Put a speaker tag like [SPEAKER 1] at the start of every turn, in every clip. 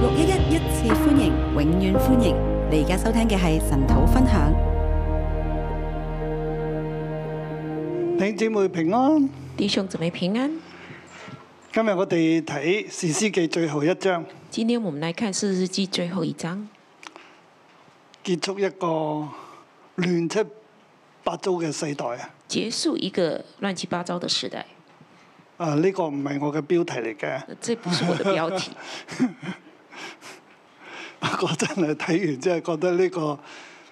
[SPEAKER 1] 六一一一次歡迎，永遠歡迎！你而家收聽嘅係神土分享。
[SPEAKER 2] 弟兄姊妹平安，
[SPEAKER 3] 弟兄姊妹平安。
[SPEAKER 2] 今日我哋睇《士師記》最後一章，
[SPEAKER 3] 今天我们来看《四日记》最后一章，
[SPEAKER 2] 結束一個亂七八糟嘅世代啊！
[SPEAKER 3] 结束一个乱七八糟的时代。
[SPEAKER 2] 啊，呢、個唔係我嘅標題嚟嘅，
[SPEAKER 3] 呃这不是我的标题，
[SPEAKER 2] 不過真係睇完之後覺得呢個《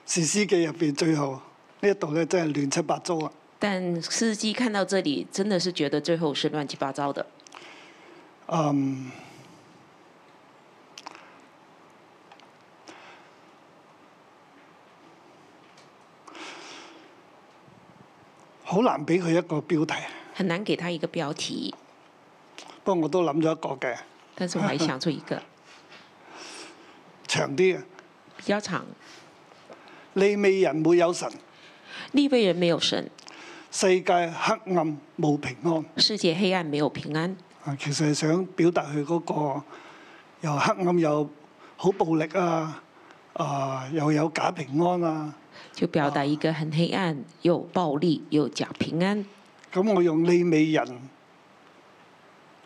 [SPEAKER 2] 士師記》入邊最後呢一度咧真係亂七八糟啊！
[SPEAKER 3] 但司机看到这里，真的是觉得最后是乱七八糟的。
[SPEAKER 2] 嗯，好難俾佢一個標題，啊
[SPEAKER 3] 很难给他一个标题，
[SPEAKER 2] 不過我都諗咗一個嘅
[SPEAKER 3] 但是我还想出一个
[SPEAKER 2] 長啲嘅。啊
[SPEAKER 3] 比较长。
[SPEAKER 2] 利未人沒有神，
[SPEAKER 3] 利未人没有神，
[SPEAKER 2] 世界黑暗冇平安。
[SPEAKER 3] 世界黑暗没有平安。
[SPEAKER 2] 啊，其實係想表達佢嗰個又黑暗又好暴力啊，啊又有假平安啊。
[SPEAKER 3] 就表达一个很黑暗、又暴力、又假平安。
[SPEAKER 2] 咁我用利美人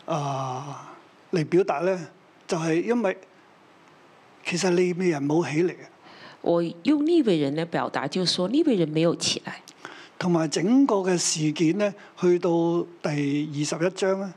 [SPEAKER 2] 啊嚟、表達咧，就係、因為其實利美人冇起嚟啊嘅，
[SPEAKER 3] 我用利未人来表达，就是说利未人没有起来。
[SPEAKER 2] 同埋整個嘅事件咧，去到第二十一章咧，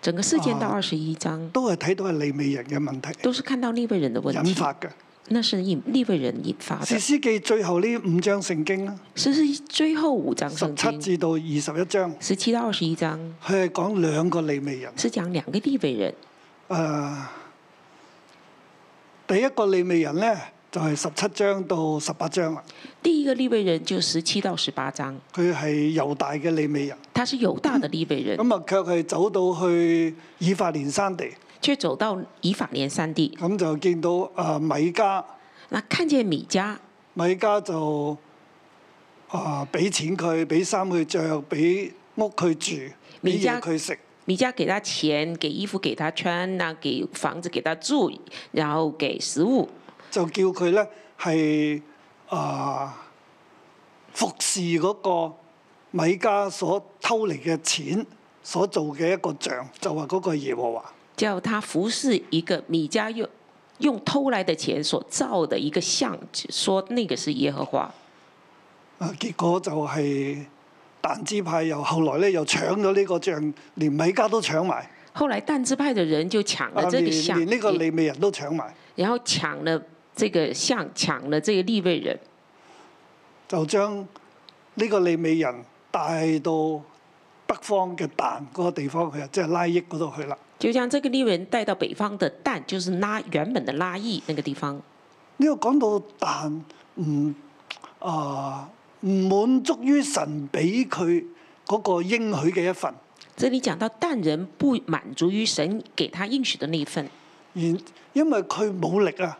[SPEAKER 3] 整个事件到
[SPEAKER 2] 啊
[SPEAKER 3] 二十一章，
[SPEAKER 2] 都係睇到係利美人嘅問題
[SPEAKER 3] 都是看到利未人的问
[SPEAKER 2] 引
[SPEAKER 3] 题，
[SPEAKER 2] 發嘅。
[SPEAKER 3] 那是引利未人引发
[SPEAKER 2] 士
[SPEAKER 3] 的。
[SPEAKER 2] 師記最後呢五章聖經啦，
[SPEAKER 3] 实是最后五章
[SPEAKER 2] 十
[SPEAKER 3] 圣
[SPEAKER 2] 七
[SPEAKER 3] 经，
[SPEAKER 2] 至到二十一章，
[SPEAKER 3] 十七到二十一章
[SPEAKER 2] 佢係講兩個利美人。
[SPEAKER 3] 是讲两个利未人。
[SPEAKER 2] 誒、第一個利美人咧就係十七章到十八章啦，
[SPEAKER 3] 第一个利未人就十七到十八章，
[SPEAKER 2] 佢係猶大嘅利美人。
[SPEAKER 3] 他是犹大的利未人，
[SPEAKER 2] 咁啊，卻係走到去以法蓮山地，
[SPEAKER 3] 却走到以法莲山地，
[SPEAKER 2] 咁就見到啊米家，
[SPEAKER 3] 那看见米迦，
[SPEAKER 2] 米家就啊俾錢佢，俾衫佢着，俾屋佢住，俾
[SPEAKER 3] 米
[SPEAKER 2] 嘢
[SPEAKER 3] 迦
[SPEAKER 2] 佢食，
[SPEAKER 3] 米迦给他钱，给衣服给他穿，那给房子给他住，然后给食物，
[SPEAKER 2] 就叫佢咧係啊服侍嗰個米家所偷嚟嘅錢所做嘅一個像，就話嗰個係耶和華。
[SPEAKER 3] 叫他服侍一个米迦用用偷来的钱所造的一个像，说那个是耶和华。
[SPEAKER 2] 啊，結果就係但支派又後來咧又搶咗呢個像，連米家都搶埋，
[SPEAKER 3] 后来但支派的人就抢
[SPEAKER 2] 啊
[SPEAKER 3] 了这
[SPEAKER 2] 連
[SPEAKER 3] 个像，
[SPEAKER 2] 連呢個利未人都搶埋，
[SPEAKER 3] 然后抢了这个像，抢了这个利未人，
[SPEAKER 2] 就將呢個利未人帶到北方嘅但嗰個地方去啊，即係拉益嗰度去啦。
[SPEAKER 3] 就将这个利未人带到北方的但，就是拉原本的拉邑那个地方。
[SPEAKER 2] 呢、個講到但唔啊唔滿足於神俾佢嗰個應許嘅一份，
[SPEAKER 3] 这里讲到但人不满足于神给他应许的那一份，
[SPEAKER 2] 而因為佢冇力啊，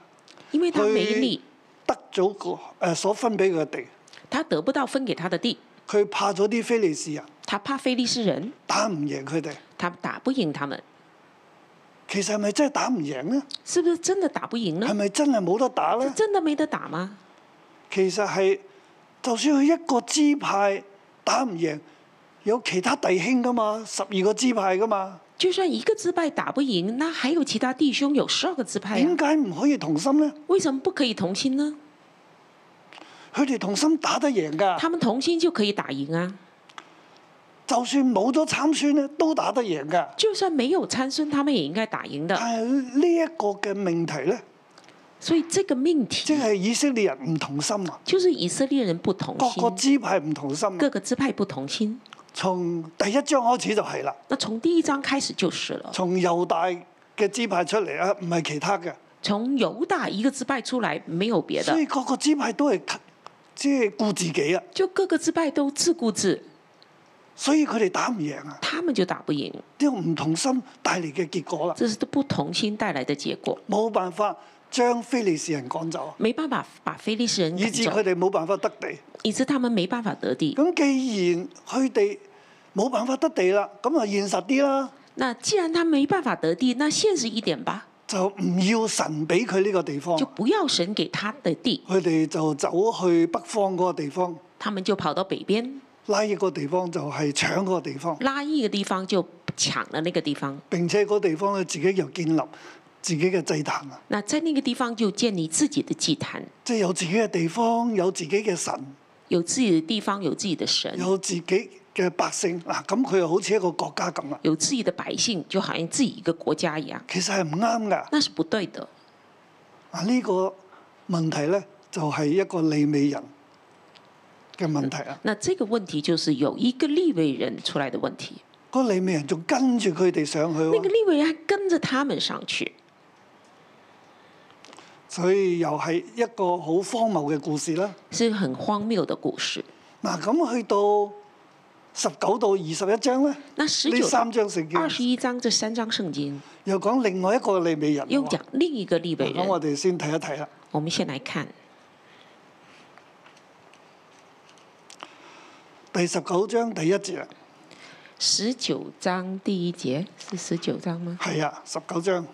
[SPEAKER 3] 因为他
[SPEAKER 2] 佢
[SPEAKER 3] 没力，
[SPEAKER 2] 得咗個誒所分俾佢嘅地，
[SPEAKER 3] 他得不到分给他的地，
[SPEAKER 2] 佢怕咗啲非利士人。
[SPEAKER 3] 他怕非利士人，
[SPEAKER 2] 打唔贏佢哋，
[SPEAKER 3] 他打不赢他们，
[SPEAKER 2] 其實係咪真係打唔贏呢？
[SPEAKER 3] 是不是真的打不赢
[SPEAKER 2] 係
[SPEAKER 3] 呢？
[SPEAKER 2] 咪真係冇得打
[SPEAKER 3] 是
[SPEAKER 2] 呢？
[SPEAKER 3] 嗯真的没得打吗？
[SPEAKER 2] 其實係就算佢一個支派打唔贏，有其他弟兄噶嘛，十二個支派噶嘛，
[SPEAKER 3] 就算一个支派打不赢，那还有其他弟兄有十二个支派
[SPEAKER 2] 點
[SPEAKER 3] 啊，
[SPEAKER 2] 解唔可以同心呢？
[SPEAKER 3] 为什么不可以同心呢？
[SPEAKER 2] 佢哋同心打得贏㗎，
[SPEAKER 3] 他们同心就可以打赢啊。
[SPEAKER 2] 就算冇咗參選咧，都打得贏㗎。
[SPEAKER 3] 就算没有参孙，他们也应该打赢的。
[SPEAKER 2] 但係呢一個嘅命題呢，
[SPEAKER 3] 所以这个命
[SPEAKER 2] 即
[SPEAKER 3] 题
[SPEAKER 2] 係以色列人唔同心啊，
[SPEAKER 3] 就是以色列人不同
[SPEAKER 2] 各個
[SPEAKER 3] 心，
[SPEAKER 2] 支派唔同心啊。
[SPEAKER 3] 各个支派不同心。
[SPEAKER 2] 從第一章開始就係啦，
[SPEAKER 3] 那从第一章开始就是了，
[SPEAKER 2] 從猶大嘅支派出嚟啊，唔係其他嘅。
[SPEAKER 3] 从犹大一个支派出来，没有别
[SPEAKER 2] 所
[SPEAKER 3] 的
[SPEAKER 2] 以，個個支派都係即係顧自己啊，
[SPEAKER 3] 就各个支派都自顾自，
[SPEAKER 2] 所以佢哋打唔贏啊，
[SPEAKER 3] 他们就打不赢。
[SPEAKER 2] 呢個唔同心帶嚟嘅結果啦，
[SPEAKER 3] 这是不同心带来的结果，
[SPEAKER 2] 冇辦法將非利士人趕走啊，
[SPEAKER 3] 没办法把非利士人
[SPEAKER 2] 以
[SPEAKER 3] 赶
[SPEAKER 2] 致
[SPEAKER 3] 走
[SPEAKER 2] 佢，哋冇辦法得地。
[SPEAKER 3] 以致他们没办法得地。
[SPEAKER 2] 咁既然佢哋冇辦法得地啦，咁啊現實啲啦，
[SPEAKER 3] 那既然他没办法得地，那现实一点吧，
[SPEAKER 2] 就唔要神俾佢呢個地方
[SPEAKER 3] 就，不要神给他的地，
[SPEAKER 2] 佢哋就走去北方嗰個地方，
[SPEAKER 3] 他们就跑到北边
[SPEAKER 2] 拉一個地方就係搶嗰個地方，
[SPEAKER 3] 拉一個地方就搶了那個地方。
[SPEAKER 2] 並且嗰個地方咧自己又建立自己嘅祭壇啊，
[SPEAKER 3] 那在那個地方就建立自己的祭壇，
[SPEAKER 2] 即係有自己嘅地方，有自己嘅神，
[SPEAKER 3] 有自己的地方，有自己的神，
[SPEAKER 2] 有自己嘅百姓嗱，咁佢又好似一個國家咁啦，啊
[SPEAKER 3] 有自己的百姓，就好像自己一個國家一樣，
[SPEAKER 2] 其實係唔啱噶。
[SPEAKER 3] 那是不對的。
[SPEAKER 2] 啊，呢、個問題咧就係、一個利美人嘅問題啊。
[SPEAKER 3] 那這個問題就是有一個利未人出來的問題，
[SPEAKER 2] 個利美人仲跟住佢哋上去
[SPEAKER 3] 那個
[SPEAKER 2] 喎，
[SPEAKER 3] 利未人還跟着他們上去，
[SPEAKER 2] 所以又係一個好荒謬嘅故事啦。
[SPEAKER 3] 是很荒謬的故事。
[SPEAKER 2] 嗱，咁去到十九到二十一章咧，
[SPEAKER 3] 那十
[SPEAKER 2] 呢
[SPEAKER 3] 九、
[SPEAKER 2] 三章聖
[SPEAKER 3] 二十
[SPEAKER 2] 經啊
[SPEAKER 3] 一章這三章聖經
[SPEAKER 2] 又講另外一個利美人
[SPEAKER 3] 又
[SPEAKER 2] 喎。
[SPEAKER 3] 講另一個利未
[SPEAKER 2] 咁
[SPEAKER 3] 人，
[SPEAKER 2] 我哋先睇一睇啦。
[SPEAKER 3] 我們先來看
[SPEAKER 2] 第十九章第一節啊，
[SPEAKER 3] 十九章第一節，是十九章嗎？
[SPEAKER 2] 係啊，十九章。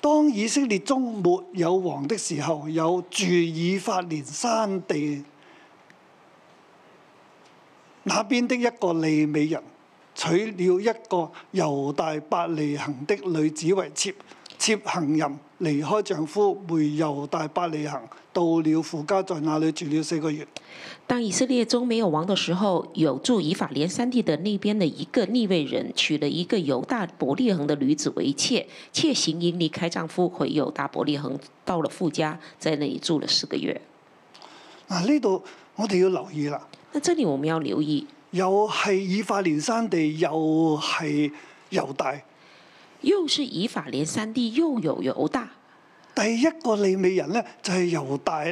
[SPEAKER 2] 當以色列中沒有王的時候，有住以法連山地那邊的一個利美人，娶了一個猶大伯利恒的女子為妾，妾行淫，離開丈夫，回猶大伯利恒，到了父家，在那裏住了四個月。
[SPEAKER 3] 当以色列中没有王的时候，有住以法莲山地的那边的一个利未人，娶了一个犹大伯利恒的女子为妾，妾行淫离开丈夫，回犹大伯利恒，到了富家，在那里住了四个月。
[SPEAKER 2] 嗱，呢度我哋要留意啦。
[SPEAKER 3] 那这里我們要留意，
[SPEAKER 2] 又係以法連山地，又係猶大。
[SPEAKER 3] 又是以法莲山地，又有犹大。
[SPEAKER 2] 第一個利美人呢，就係、猶大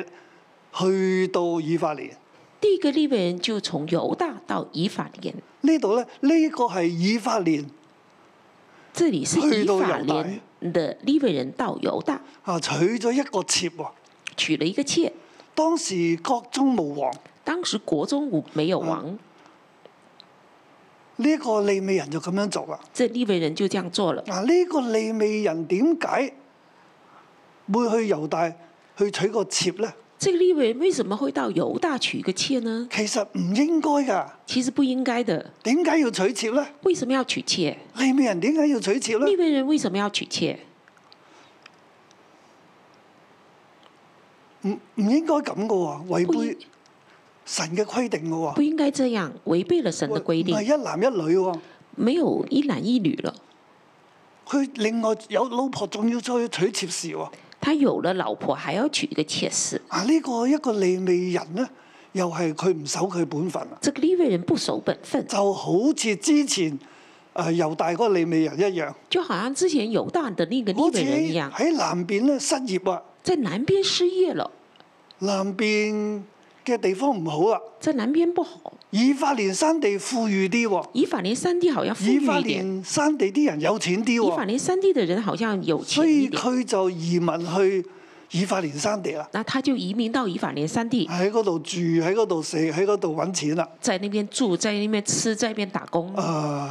[SPEAKER 2] 去到以法連
[SPEAKER 3] 第一个利未人就从犹大到以法莲，
[SPEAKER 2] 呢度呢，呢、個係以法連
[SPEAKER 3] 这里是以
[SPEAKER 2] 去到
[SPEAKER 3] 法
[SPEAKER 2] 猶大
[SPEAKER 3] 莲的利未人到犹大，
[SPEAKER 2] 啊，娶咗一個妾喎。
[SPEAKER 3] 娶了一个妾。
[SPEAKER 2] 當時國中無王，
[SPEAKER 3] 当时国中无没有王，
[SPEAKER 2] 呢、個利美人就咁樣做啦。
[SPEAKER 3] 这利未人就这样做了。
[SPEAKER 2] 嗱、呢、個利美人點解會去猶大去娶個妾呢？
[SPEAKER 3] 这个利未人为什么会到犹大娶一个妾呢？
[SPEAKER 2] 其實唔應該㗎，
[SPEAKER 3] 其实不应该的。
[SPEAKER 2] 點解要娶妾呢？
[SPEAKER 3] 为什么要娶妾？
[SPEAKER 2] 利美人點解要娶妾呢？
[SPEAKER 3] 利未人为什么要娶妾？
[SPEAKER 2] 唔唔應該咁嘅喎，
[SPEAKER 3] 不
[SPEAKER 2] 違
[SPEAKER 3] 應
[SPEAKER 2] 背神嘅規定嘅喎。
[SPEAKER 3] 不应该这样，違背了神的规
[SPEAKER 2] 唔係
[SPEAKER 3] 定。
[SPEAKER 2] 一男一女喎，
[SPEAKER 3] 没有一男一女了，
[SPEAKER 2] 佢另外有老婆，仲要再娶妾侍喎。
[SPEAKER 3] 他有了老婆還要娶一個妾室。
[SPEAKER 2] 啊，呢、個一個利未人呢，又係佢唔守佢本分啊，
[SPEAKER 3] 这个利未人不守本分，
[SPEAKER 2] 就好似之前誒猶大嗰個利未人一樣，
[SPEAKER 3] 就好像之前猶大的那個
[SPEAKER 2] 好
[SPEAKER 3] 利
[SPEAKER 2] 似
[SPEAKER 3] 未人一樣，
[SPEAKER 2] 喺南邊咧失業啊，
[SPEAKER 3] 在南邊失業了，
[SPEAKER 2] 南邊嘅地方唔好啦，啊
[SPEAKER 3] 在南邊不好。
[SPEAKER 2] 以法蓮山地富裕啲喎，
[SPEAKER 3] 以法蓮山地好像富
[SPEAKER 2] 以
[SPEAKER 3] 裕
[SPEAKER 2] 法
[SPEAKER 3] 一點，
[SPEAKER 2] 蓮山地啲人有錢啲
[SPEAKER 3] 以法
[SPEAKER 2] 喎，
[SPEAKER 3] 蓮山地的人好像有
[SPEAKER 2] 所
[SPEAKER 3] 錢一
[SPEAKER 2] 以
[SPEAKER 3] 點，
[SPEAKER 2] 佢就移民去以法蓮山地啦。
[SPEAKER 3] 那他就移民到以法蓮山地，
[SPEAKER 2] 喺嗰度住，喺嗰度食，喺嗰度揾錢啦。
[SPEAKER 3] 在那邊住，在那邊吃，在那邊打工
[SPEAKER 2] 啊、。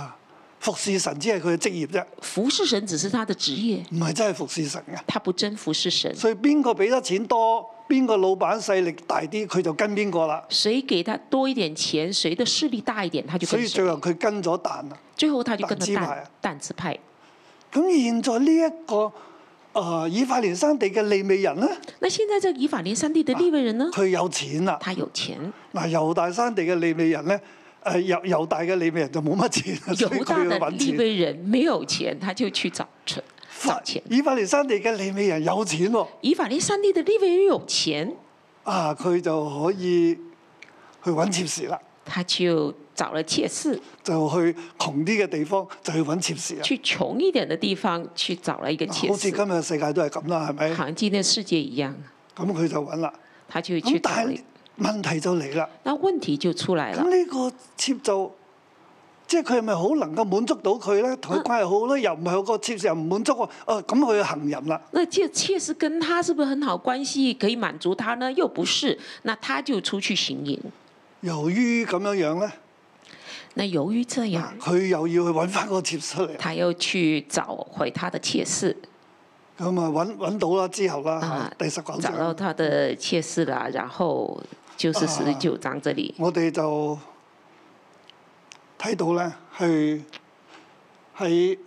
[SPEAKER 2] 服侍神只係佢嘅職業啫，
[SPEAKER 3] 服侍神只是他的職業，
[SPEAKER 2] 唔係真係服侍神嘅。
[SPEAKER 3] 他不真服侍神。
[SPEAKER 2] 所以邊個俾得錢多，邊個老闆勢力大啲，佢就跟邊個啦。
[SPEAKER 3] 谁給他多一點錢，誰的勢力大一點，他就
[SPEAKER 2] 所
[SPEAKER 3] 跟
[SPEAKER 2] 以
[SPEAKER 3] 誰。
[SPEAKER 2] 最後佢跟咗蛋啦。
[SPEAKER 3] 最後他就跟
[SPEAKER 2] 膽
[SPEAKER 3] 着
[SPEAKER 2] 子派
[SPEAKER 3] 蛋
[SPEAKER 2] 啊
[SPEAKER 3] 蛋子派。
[SPEAKER 2] 咁現在呢、一個啊、以法蓮山地嘅利未人咧，
[SPEAKER 3] 那現在這個以法蓮山地的利未人呢？
[SPEAKER 2] 佢有錢啦。
[SPEAKER 3] 他有錢，
[SPEAKER 2] 嗱，猶大山地嘅利未人咧，誒猶猶大嘅利未人就冇乜錢啦， 所以
[SPEAKER 3] 猶大
[SPEAKER 2] 佢要
[SPEAKER 3] 的
[SPEAKER 2] 揾
[SPEAKER 3] 利
[SPEAKER 2] 錢。
[SPEAKER 3] 未人沒有錢，他就去找錢找錢。
[SPEAKER 2] 以法蓮山地嘅利未人有錢喎。
[SPEAKER 3] 以法蓮山地的利未人有錢，
[SPEAKER 2] 啊，佢就可以去揾妾侍啦，
[SPEAKER 3] 他就找了妾室，
[SPEAKER 2] 就去窮啲嘅地方就去揾妾侍啦。
[SPEAKER 3] 去窮一點的地方去找了一個妾
[SPEAKER 2] 好似
[SPEAKER 3] 室，
[SPEAKER 2] 今日世界都係咁啦，係咪？
[SPEAKER 3] 好像今天世界一樣，
[SPEAKER 2] 咁佢就揾啦。
[SPEAKER 3] 他就去
[SPEAKER 2] 咁
[SPEAKER 3] 找
[SPEAKER 2] 但
[SPEAKER 3] 了一
[SPEAKER 2] 係。問題就嚟啦，
[SPEAKER 3] 那問題就出來了。
[SPEAKER 2] 咁呢個妾就即係佢係咪好能夠滿足到佢
[SPEAKER 3] 啊
[SPEAKER 2] 咧？同佢關係好咧，又唔係個妾又唔滿足喎。哦，咁佢行淫啦。
[SPEAKER 3] 那妾妾室跟他是不是很好關係，可以滿足他呢？又不是，那他就出去行淫。
[SPEAKER 2] 由於咁樣樣咧，
[SPEAKER 3] 那由于这样
[SPEAKER 2] 嗱，佢又要去揾翻個妾室嚟，
[SPEAKER 3] 他又去找回他的妾室，
[SPEAKER 2] 咁啊揾揾到啦之後啦
[SPEAKER 3] 啊，
[SPEAKER 2] 第十九
[SPEAKER 3] 找到
[SPEAKER 2] 章，
[SPEAKER 3] 他的妾室啦，然后就是十九章这里，
[SPEAKER 2] 我哋就睇到咧，去喺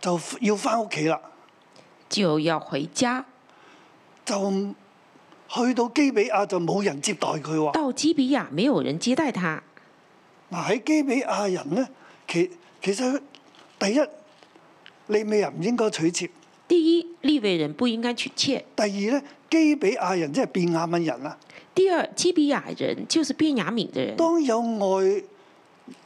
[SPEAKER 2] 就要翻屋企啦，
[SPEAKER 3] 就要回家。
[SPEAKER 2] 就去到基比亞就冇人接待佢喎。
[SPEAKER 3] 到基比亚没有人接待他，
[SPEAKER 2] 嗱喺基比亞人咧，其其實第一，利未人唔應該娶妾；
[SPEAKER 3] 第一，利未人不应该娶妾；
[SPEAKER 2] 第二咧，基比亞人即係便雅憫人啊啦。
[SPEAKER 3] 第二，基比亚人就是便雅敏的人。
[SPEAKER 2] 當有外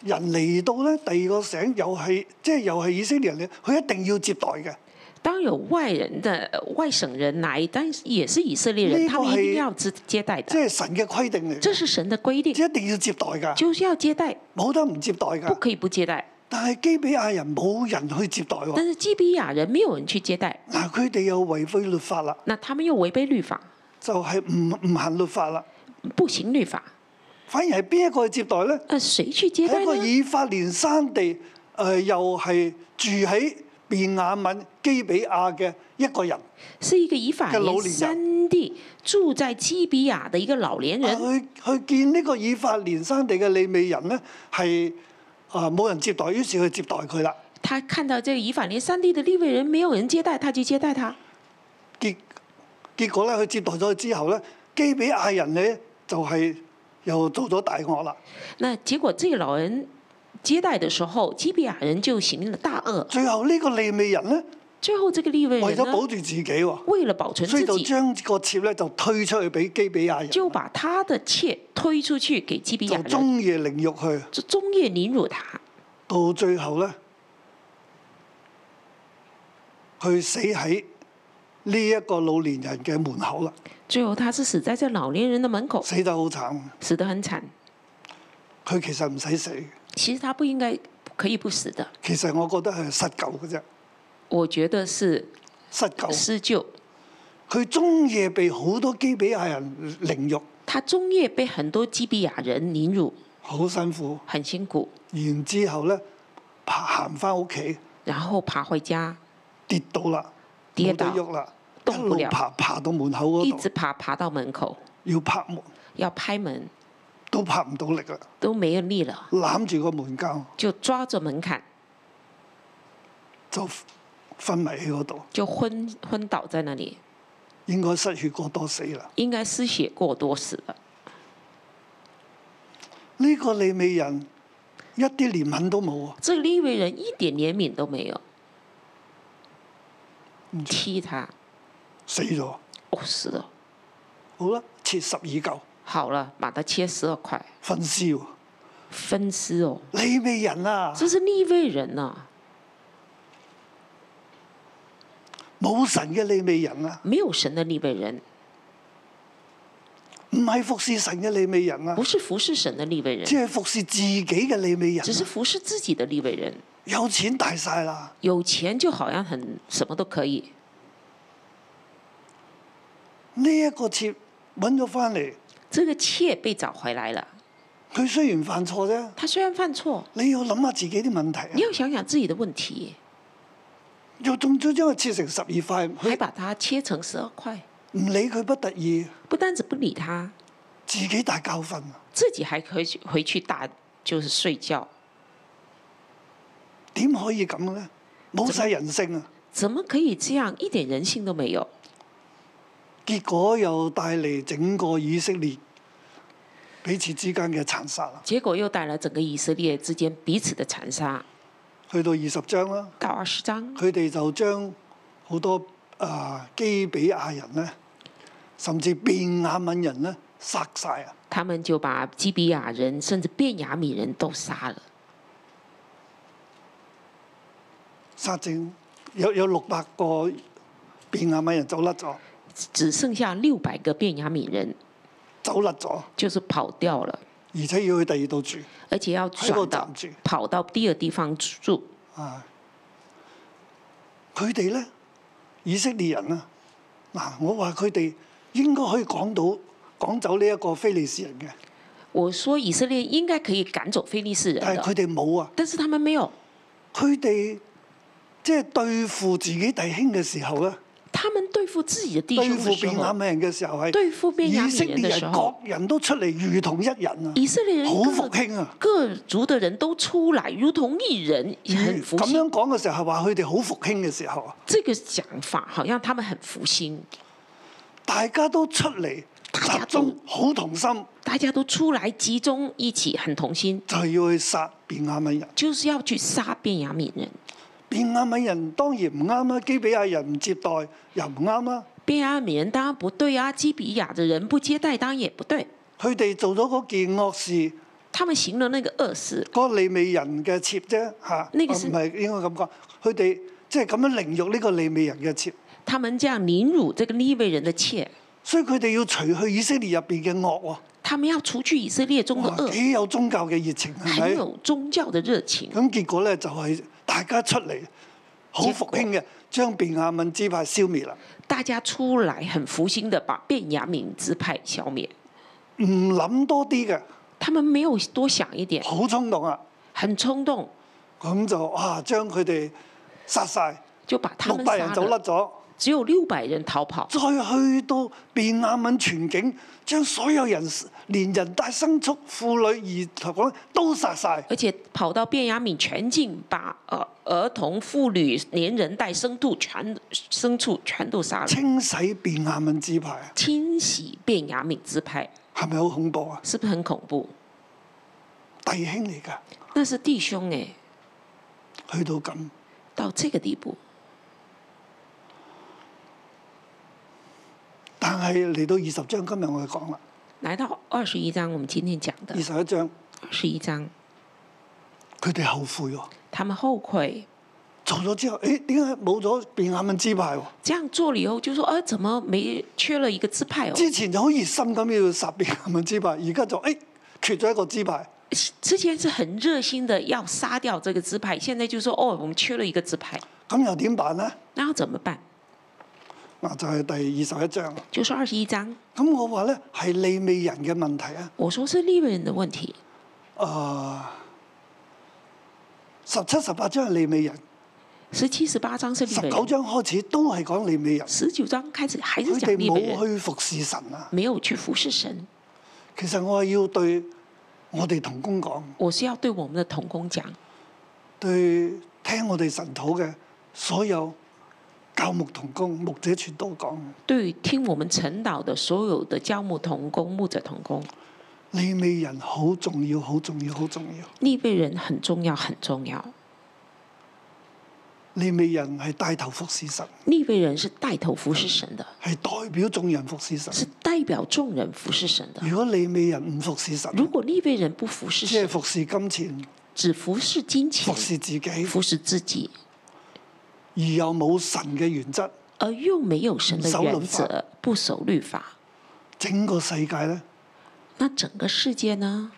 [SPEAKER 2] 人嚟到咧，第二個省又係即係又係以色列人嚟，佢一定要接待嘅。
[SPEAKER 3] 当有外人的呃外省人来，但是也是以色列人，
[SPEAKER 2] 那个
[SPEAKER 3] 他们
[SPEAKER 2] 还
[SPEAKER 3] 一定要接接待
[SPEAKER 2] 即
[SPEAKER 3] 的，
[SPEAKER 2] 係神嘅規定嚟
[SPEAKER 3] 这
[SPEAKER 2] 嘅，
[SPEAKER 3] 是神的规定，
[SPEAKER 2] 即係一定要接待㗎，
[SPEAKER 3] 就是要接待，
[SPEAKER 2] 冇得唔接待
[SPEAKER 3] 不
[SPEAKER 2] 㗎。
[SPEAKER 3] 可以不接待。
[SPEAKER 2] 但係基比亞人冇人去接待
[SPEAKER 3] 但
[SPEAKER 2] 喎，
[SPEAKER 3] 是基比亚人没有人去接待，
[SPEAKER 2] 嗱佢哋又違背律法啦，
[SPEAKER 3] 那他们又违背律法，
[SPEAKER 2] 就係唔唔行律法啦。
[SPEAKER 3] 不行律法，
[SPEAKER 2] 反而係邊一個去接待咧？
[SPEAKER 3] 那谁去接
[SPEAKER 2] 喺
[SPEAKER 3] 待
[SPEAKER 2] 一個
[SPEAKER 3] 呢？
[SPEAKER 2] 以法連山地，誒、又係住喺便雅敏基比亞嘅一個人，
[SPEAKER 3] 是一个以法
[SPEAKER 2] 个老
[SPEAKER 3] 莲
[SPEAKER 2] 年人
[SPEAKER 3] 三地住在基比亚的一个老年
[SPEAKER 2] 啊
[SPEAKER 3] 人，
[SPEAKER 2] 去去見呢個以法連山地嘅利未人咧，係啊冇人接待，於是佢接待佢啦。
[SPEAKER 3] 他看到这个以法莲三地的利未人没有人接待，他就接待他。
[SPEAKER 2] 結結果咧，佢接待咗佢之後咧，基比亞人咧就係、又做咗大惡啦，
[SPEAKER 3] 那结果这个老人接待的时候，基比亚人就行了大恶。
[SPEAKER 2] 最後呢個利未人咧，
[SPEAKER 3] 最后这个利未
[SPEAKER 2] 為
[SPEAKER 3] 人
[SPEAKER 2] 咗
[SPEAKER 3] 呢，
[SPEAKER 2] 保住自己喎，
[SPEAKER 3] 为了保存
[SPEAKER 2] 所以
[SPEAKER 3] 自
[SPEAKER 2] 就
[SPEAKER 3] 己，
[SPEAKER 2] 將個妾咧就推出去俾基比亞人，
[SPEAKER 3] 就把他的妾推出去给基比亚
[SPEAKER 2] 就
[SPEAKER 3] 人，啊
[SPEAKER 2] 中夜凌辱佢。
[SPEAKER 3] 就中夜凌辱他，
[SPEAKER 2] 到最後咧，佢死喺呢一個老年人嘅門口啦，
[SPEAKER 3] 最后他是死在这老年人的门口，
[SPEAKER 2] 死得好慘。
[SPEAKER 3] 死得很惨。
[SPEAKER 2] 佢其實唔使死，
[SPEAKER 3] 其实他不应该可以不死的，
[SPEAKER 2] 其實我覺得係失救嘅啫，
[SPEAKER 3] 我觉得是
[SPEAKER 2] 失救。
[SPEAKER 3] 施救。
[SPEAKER 2] 佢中夜被好多基比亞人凌辱，
[SPEAKER 3] 他中夜被很多基比亚人凌辱，
[SPEAKER 2] 好辛苦。
[SPEAKER 3] 很辛苦，
[SPEAKER 2] 然之後咧，爬行翻屋企，
[SPEAKER 3] 然后爬回家，
[SPEAKER 2] 跌到啦，
[SPEAKER 3] 跌
[SPEAKER 2] 冇得
[SPEAKER 3] 倒
[SPEAKER 2] 喐啦，一
[SPEAKER 3] 動不
[SPEAKER 2] 路
[SPEAKER 3] 了
[SPEAKER 2] 爬爬到門口
[SPEAKER 3] 一
[SPEAKER 2] 嗰
[SPEAKER 3] 直
[SPEAKER 2] 度，
[SPEAKER 3] 爬爬到门口，
[SPEAKER 2] 要拍門
[SPEAKER 3] 要拍门
[SPEAKER 2] 都拍唔到力啦，
[SPEAKER 3] 都没有力了，
[SPEAKER 2] 攬住個門膠
[SPEAKER 3] 就抓着门槛
[SPEAKER 2] 就昏迷喺嗰度。
[SPEAKER 3] 就昏昏倒在那里，
[SPEAKER 2] 應該失血過多死啦。
[SPEAKER 3] 应该失血过多死了。
[SPEAKER 2] 呢、個利美人一啲憐憫都冇啊！
[SPEAKER 3] 这个利未人一点怜悯都没有，
[SPEAKER 2] 嗯
[SPEAKER 3] 踢他，
[SPEAKER 2] 死咗。
[SPEAKER 3] 哦死了，
[SPEAKER 2] 好啦，切十二嚿
[SPEAKER 3] 好了，把他切十二块
[SPEAKER 2] 分屍喎。
[SPEAKER 3] 分尸哦，
[SPEAKER 2] 利美人啊，
[SPEAKER 3] 这是利未人呐、啊，
[SPEAKER 2] 冇神嘅利美人啊，
[SPEAKER 3] 没有神的利未人，
[SPEAKER 2] 唔係服侍神嘅利美人啊
[SPEAKER 3] 不，是服侍神的利未人
[SPEAKER 2] 只，係服侍自己嘅利美人啊、
[SPEAKER 3] 只是服侍自己的利未人。
[SPEAKER 2] 有錢大晒啦，
[SPEAKER 3] 有钱就好像很什么都可以。
[SPEAKER 2] 呢、一個妾揾咗翻嚟，
[SPEAKER 3] 这个妾被找回来了，
[SPEAKER 2] 佢雖然犯錯啫，
[SPEAKER 3] 他虽然犯错，
[SPEAKER 2] 你要諗下自己啲問題
[SPEAKER 3] 你
[SPEAKER 2] 啊。
[SPEAKER 3] 要想想自己的问题，
[SPEAKER 2] 又仲將佢切成十二塊，
[SPEAKER 3] 还
[SPEAKER 2] 佢
[SPEAKER 3] 把它切成十二块，
[SPEAKER 2] 唔理佢不特意，
[SPEAKER 3] 不单止不理他，
[SPEAKER 2] 自己大教訓啊。
[SPEAKER 3] 自己还可以去回去打就是睡觉，
[SPEAKER 2] 點可以咁呢？冇晒人性啊！
[SPEAKER 3] 怎么可以这样一点人性都没有？
[SPEAKER 2] 結果又帶嚟整個以色列彼此之間嘅殘殺啦。
[SPEAKER 3] 结果又带来整个以色列之间彼此的残杀。
[SPEAKER 2] 去到二十章啦，
[SPEAKER 3] 到二十章，
[SPEAKER 2] 佢哋就將好多啊、基比亞人呢，甚至便雅敏人呢，殺晒啊！
[SPEAKER 3] 他们就把基比亚人甚至便雅悯人都杀了，
[SPEAKER 2] 殺剩有有六百個便雅敏人走甩咗，
[SPEAKER 3] 只剩下六百个便雅悯人，
[SPEAKER 2] 走甩咗，
[SPEAKER 3] 就是跑掉了。
[SPEAKER 2] 而且要去第二度住
[SPEAKER 3] 而且要
[SPEAKER 2] 喺嗰
[SPEAKER 3] 转
[SPEAKER 2] 度
[SPEAKER 3] 到
[SPEAKER 2] 暫住
[SPEAKER 3] 跑到第二地方住。
[SPEAKER 2] 啊！佢哋呢，以色列人啊，嗱，我話佢哋應該可以講到趕走呢一個非利士人嘅。
[SPEAKER 3] 我说以色列应该可以赶走非利士人
[SPEAKER 2] 但係佢
[SPEAKER 3] 的，
[SPEAKER 2] 哋冇啊！
[SPEAKER 3] 但是他们没有。
[SPEAKER 2] 佢哋即係對付自己弟兄嘅時候咧，
[SPEAKER 3] 他们对付自己的弟
[SPEAKER 2] 對
[SPEAKER 3] 兄
[SPEAKER 2] 付
[SPEAKER 3] 的时
[SPEAKER 2] 便雅
[SPEAKER 3] 候，
[SPEAKER 2] 憫人嘅時候係
[SPEAKER 3] 对付便雅
[SPEAKER 2] 以色
[SPEAKER 3] 悯人
[SPEAKER 2] 列
[SPEAKER 3] 的时
[SPEAKER 2] 人
[SPEAKER 3] 候
[SPEAKER 2] 各，人都出嚟如同一人啊，
[SPEAKER 3] 以色列人
[SPEAKER 2] 好復
[SPEAKER 3] 各
[SPEAKER 2] 興啊！
[SPEAKER 3] 各族的人都出来，如同一人，也很服
[SPEAKER 2] 咁
[SPEAKER 3] 心。
[SPEAKER 2] 樣講嘅時候係話佢哋好復興嘅時候啊，
[SPEAKER 3] 这个讲法好像他们很服心，
[SPEAKER 2] 大家都出嚟
[SPEAKER 3] 大
[SPEAKER 2] 集
[SPEAKER 3] 家都
[SPEAKER 2] 中好同心，
[SPEAKER 3] 大家都出来集中一起，很同心，
[SPEAKER 2] 就係要去殺便雅憫人。
[SPEAKER 3] 就是要去杀便雅悯人。
[SPEAKER 2] 便雅憫人當然唔啱啦，基比亞人唔接待又唔啱啊啦。
[SPEAKER 3] 便雅悯人当然不对啊，基比亚的人不接待当然也不对，
[SPEAKER 2] 佢哋做咗嗰件惡事，
[SPEAKER 3] 他们行了那个恶事，
[SPEAKER 2] 嗰、個利美人嘅妾啫嚇，
[SPEAKER 3] 呢個
[SPEAKER 2] 啊
[SPEAKER 3] 是
[SPEAKER 2] 唔係應該咁講。佢哋即係咁樣凌辱呢個利美人嘅妾，
[SPEAKER 3] 他们这样凌辱这个利未人的妾，
[SPEAKER 2] 所以佢哋要除去以色列入邊嘅惡
[SPEAKER 3] 他们要除去以色列中的
[SPEAKER 2] 喎，哇啊
[SPEAKER 3] 恶，
[SPEAKER 2] 幾有宗教嘅熱情
[SPEAKER 3] 很
[SPEAKER 2] 係咪？
[SPEAKER 3] 有宗教的热情。
[SPEAKER 2] 咁結果咧就係、大家出嚟好
[SPEAKER 3] 結
[SPEAKER 2] 復
[SPEAKER 3] 果
[SPEAKER 2] 興嘅，將便雅憫支派消滅啦，
[SPEAKER 3] 大家出来很服心的把便雅悯支派消灭，
[SPEAKER 2] 唔諗多啲嘅，
[SPEAKER 3] 他们没有多想一点，
[SPEAKER 2] 好衝動啊！
[SPEAKER 3] 很冲动
[SPEAKER 2] 咁就哇將佢哋殺晒，
[SPEAKER 3] 就把他
[SPEAKER 2] 六
[SPEAKER 3] 们
[SPEAKER 2] 百人
[SPEAKER 3] 杀
[SPEAKER 2] 走甩
[SPEAKER 3] 了，
[SPEAKER 2] 咗。
[SPEAKER 3] 只有六百人逃跑。
[SPEAKER 2] 再去到便雅憫全境，將所有人連人帶牲畜、婦女、兒童都殺晒。
[SPEAKER 3] 而且跑到便雅悯全境，把呃儿童、妇女、年人带牲畜全牲畜全都杀了，
[SPEAKER 2] 清洗便雅憫支派，
[SPEAKER 3] 清洗便雅悯支派，
[SPEAKER 2] 係咪好恐怖啊？
[SPEAKER 3] 是不是很恐怖？
[SPEAKER 2] 弟兄嚟㗎，
[SPEAKER 3] 那是弟兄哎，
[SPEAKER 2] 去到咁，
[SPEAKER 3] 到这个地步，
[SPEAKER 2] 但係嚟到二十章，今日我哋講啦，
[SPEAKER 3] 来到二十一章，我们今天讲的
[SPEAKER 2] 二十一章，
[SPEAKER 3] 二十一章，
[SPEAKER 2] 佢哋後悔喎，
[SPEAKER 3] 他们後悔
[SPEAKER 2] 做咗之後，誒點解冇咗便雅憫支派喎？
[SPEAKER 3] 这样做了以后，就说：“呃，怎么没缺了一個支派哦？
[SPEAKER 2] 之前就好熱心咁要殺便雅憫支派，而家就誒缺咗一個支派，
[SPEAKER 3] 之前是很熱心的要殺掉這個支派，現在就說：哦，我們缺了一個支派，
[SPEAKER 2] 咁又點辦呢？
[SPEAKER 3] 那要怎麼辦？
[SPEAKER 2] 嗱，就係、第二十一章。
[SPEAKER 3] 就是二十一章，
[SPEAKER 2] 咁我話咧係利未人嘅問題啊，
[SPEAKER 3] 我說是利未人的問題，
[SPEAKER 2] 啊、十七、十八章係利未人，
[SPEAKER 3] 十七、十八章是利
[SPEAKER 2] 十
[SPEAKER 3] 未
[SPEAKER 2] 九
[SPEAKER 3] 人，
[SPEAKER 2] 章開始都係講利未人，
[SPEAKER 3] 十九章開始還是
[SPEAKER 2] 佢
[SPEAKER 3] 講
[SPEAKER 2] 哋
[SPEAKER 3] 利
[SPEAKER 2] 冇
[SPEAKER 3] 未人，
[SPEAKER 2] 去服侍神啊。
[SPEAKER 3] 沒有去服侍神。
[SPEAKER 2] 其實我係要對我哋同工講，
[SPEAKER 3] 我是要對我們的童工講，
[SPEAKER 2] 對聽我哋神土嘅所有教牧同工、牧者全都講，
[SPEAKER 3] 對於聽我們陳導的所有的教牧童工、牧者童工，
[SPEAKER 2] 利未人好重要、好重要、好重要。
[SPEAKER 3] 利未人很重要，很重要。
[SPEAKER 2] 利未人係帶頭服侍神，
[SPEAKER 3] 利未人是帶頭服侍神的。”
[SPEAKER 2] 係代表眾人服侍神。
[SPEAKER 3] 是代表众人服侍神的。
[SPEAKER 2] 如果利未人唔服侍神，
[SPEAKER 3] 如果利未人不服侍
[SPEAKER 2] 即係
[SPEAKER 3] 神，
[SPEAKER 2] 服侍金錢、
[SPEAKER 3] 只服侍金钱
[SPEAKER 2] 服、侍自己，
[SPEAKER 3] 服侍自己，
[SPEAKER 2] 而又冇神嘅原則，
[SPEAKER 3] 而又没有神的
[SPEAKER 2] 守律
[SPEAKER 3] 原
[SPEAKER 2] 法
[SPEAKER 3] 则，不守律法，
[SPEAKER 2] 整個世界咧，
[SPEAKER 3] 那整个世界呢？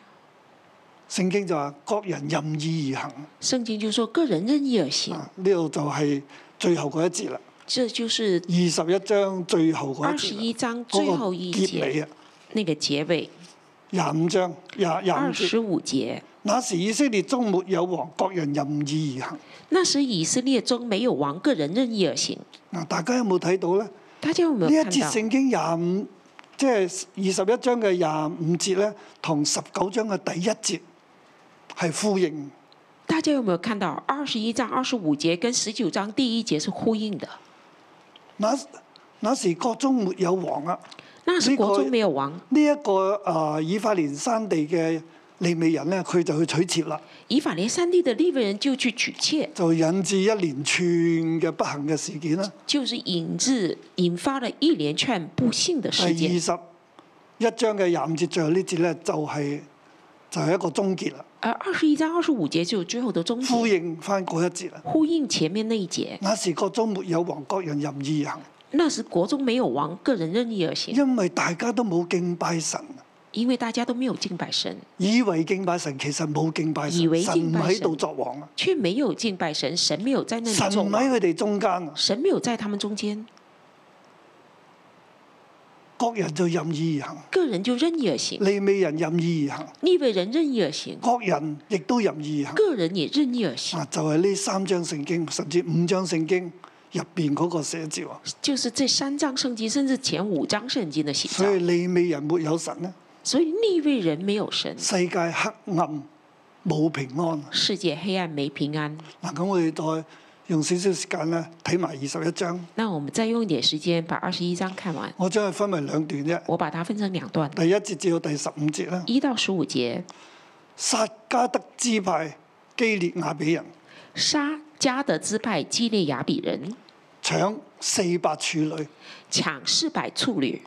[SPEAKER 2] 聖經就話各人任意而行。
[SPEAKER 3] 圣经就说个人任意而行，
[SPEAKER 2] 啊，呢度就係最後嗰一節啦，
[SPEAKER 3] 这就是
[SPEAKER 2] 二十一章最後嗰
[SPEAKER 3] 二
[SPEAKER 2] 一
[SPEAKER 3] 十
[SPEAKER 2] 節
[SPEAKER 3] 一
[SPEAKER 2] 啦，
[SPEAKER 3] 章
[SPEAKER 2] 嗰
[SPEAKER 3] 最
[SPEAKER 2] 個
[SPEAKER 3] 后一
[SPEAKER 2] 結尾
[SPEAKER 3] 节
[SPEAKER 2] 啊，
[SPEAKER 3] 那个结尾，
[SPEAKER 2] 廿五章廿廿五
[SPEAKER 3] 二
[SPEAKER 2] 節。
[SPEAKER 3] 十五节。
[SPEAKER 2] 那時以色列中沒有王，各人任意而行。
[SPEAKER 3] 那时以色列中没有王，个人任意而行。
[SPEAKER 2] 嗱，大家有冇睇到咧？呢
[SPEAKER 3] 大家有没
[SPEAKER 2] 一
[SPEAKER 3] 有看
[SPEAKER 2] 節
[SPEAKER 3] 到？
[SPEAKER 2] 聖經廿五，即係二十一章嘅廿五節咧，同十九章嘅第一節係呼應。
[SPEAKER 3] 大家有没有看到？二十一章二十五节跟十九章第一节是呼应的。
[SPEAKER 2] 那那時國中沒有王啊！
[SPEAKER 3] 那时
[SPEAKER 2] 呢个
[SPEAKER 3] 国中没有王，
[SPEAKER 2] 呢、一個啊、以法蓮山地嘅利未人咧，佢就去取妾啦，
[SPEAKER 3] 以法莲山地的利未人就去娶妾，
[SPEAKER 2] 就引致一連串嘅不幸嘅事件啦。
[SPEAKER 3] 就是引致引发了一连串不幸的
[SPEAKER 2] 第
[SPEAKER 3] 事
[SPEAKER 2] 二十
[SPEAKER 3] 件
[SPEAKER 2] 一。章嘅廿五節最後呢節咧，就係、就係、一個終結啦，
[SPEAKER 3] 而二十一章二十五节就是最后的终
[SPEAKER 2] 呼
[SPEAKER 3] 结，
[SPEAKER 2] 應翻嗰一節啦。
[SPEAKER 3] 呼应前面那一节。
[SPEAKER 2] 那時國中沒有王，各人任意而行，
[SPEAKER 3] 那时国中没有王，个人任意而行，
[SPEAKER 2] 因為大家都冇敬拜神，
[SPEAKER 3] 因為大家都没有敬拜神，
[SPEAKER 2] 以為敬拜神，其實冇敬拜神，
[SPEAKER 3] 以為
[SPEAKER 2] 神唔
[SPEAKER 3] 敬拜神
[SPEAKER 2] 喺度作王啊，
[SPEAKER 3] 却没有敬拜神，神没有在那
[SPEAKER 2] 神
[SPEAKER 3] 里
[SPEAKER 2] 唔
[SPEAKER 3] 中，
[SPEAKER 2] 喺佢哋中間啊。
[SPEAKER 3] 神没有在他们中间。
[SPEAKER 2] 各人就任意而行，
[SPEAKER 3] 个人就任意而行，
[SPEAKER 2] 利未人任意而行，
[SPEAKER 3] 利未人任意而行，
[SPEAKER 2] 各人亦都任意而行。
[SPEAKER 3] 个人也任意而行，
[SPEAKER 2] 啊，就係呢三章聖經，甚至五章聖經入邊嗰個寫照啊。
[SPEAKER 3] 就是这三章圣经，甚至前五章圣经的写
[SPEAKER 2] 所以
[SPEAKER 3] 照。
[SPEAKER 2] 利未人沒有神呢，
[SPEAKER 3] 所以利未人没有神，
[SPEAKER 2] 世界黑暗冇平安。
[SPEAKER 3] 世界黑暗没平安。
[SPEAKER 2] 嗱，咁我哋再用少少時間咧，睇埋二十一章。
[SPEAKER 3] 那我们再用一点時間把二十一章看完，
[SPEAKER 2] 我將佢分為兩段啫，
[SPEAKER 3] 我把它分成兩段，
[SPEAKER 2] 第一節至到第十五節啦。
[SPEAKER 3] 一到十五節，
[SPEAKER 2] 撒加德支派基列雅比人
[SPEAKER 3] 殺加德支派基列雅比人，
[SPEAKER 2] 搶四百處女，
[SPEAKER 3] 搶四百處女。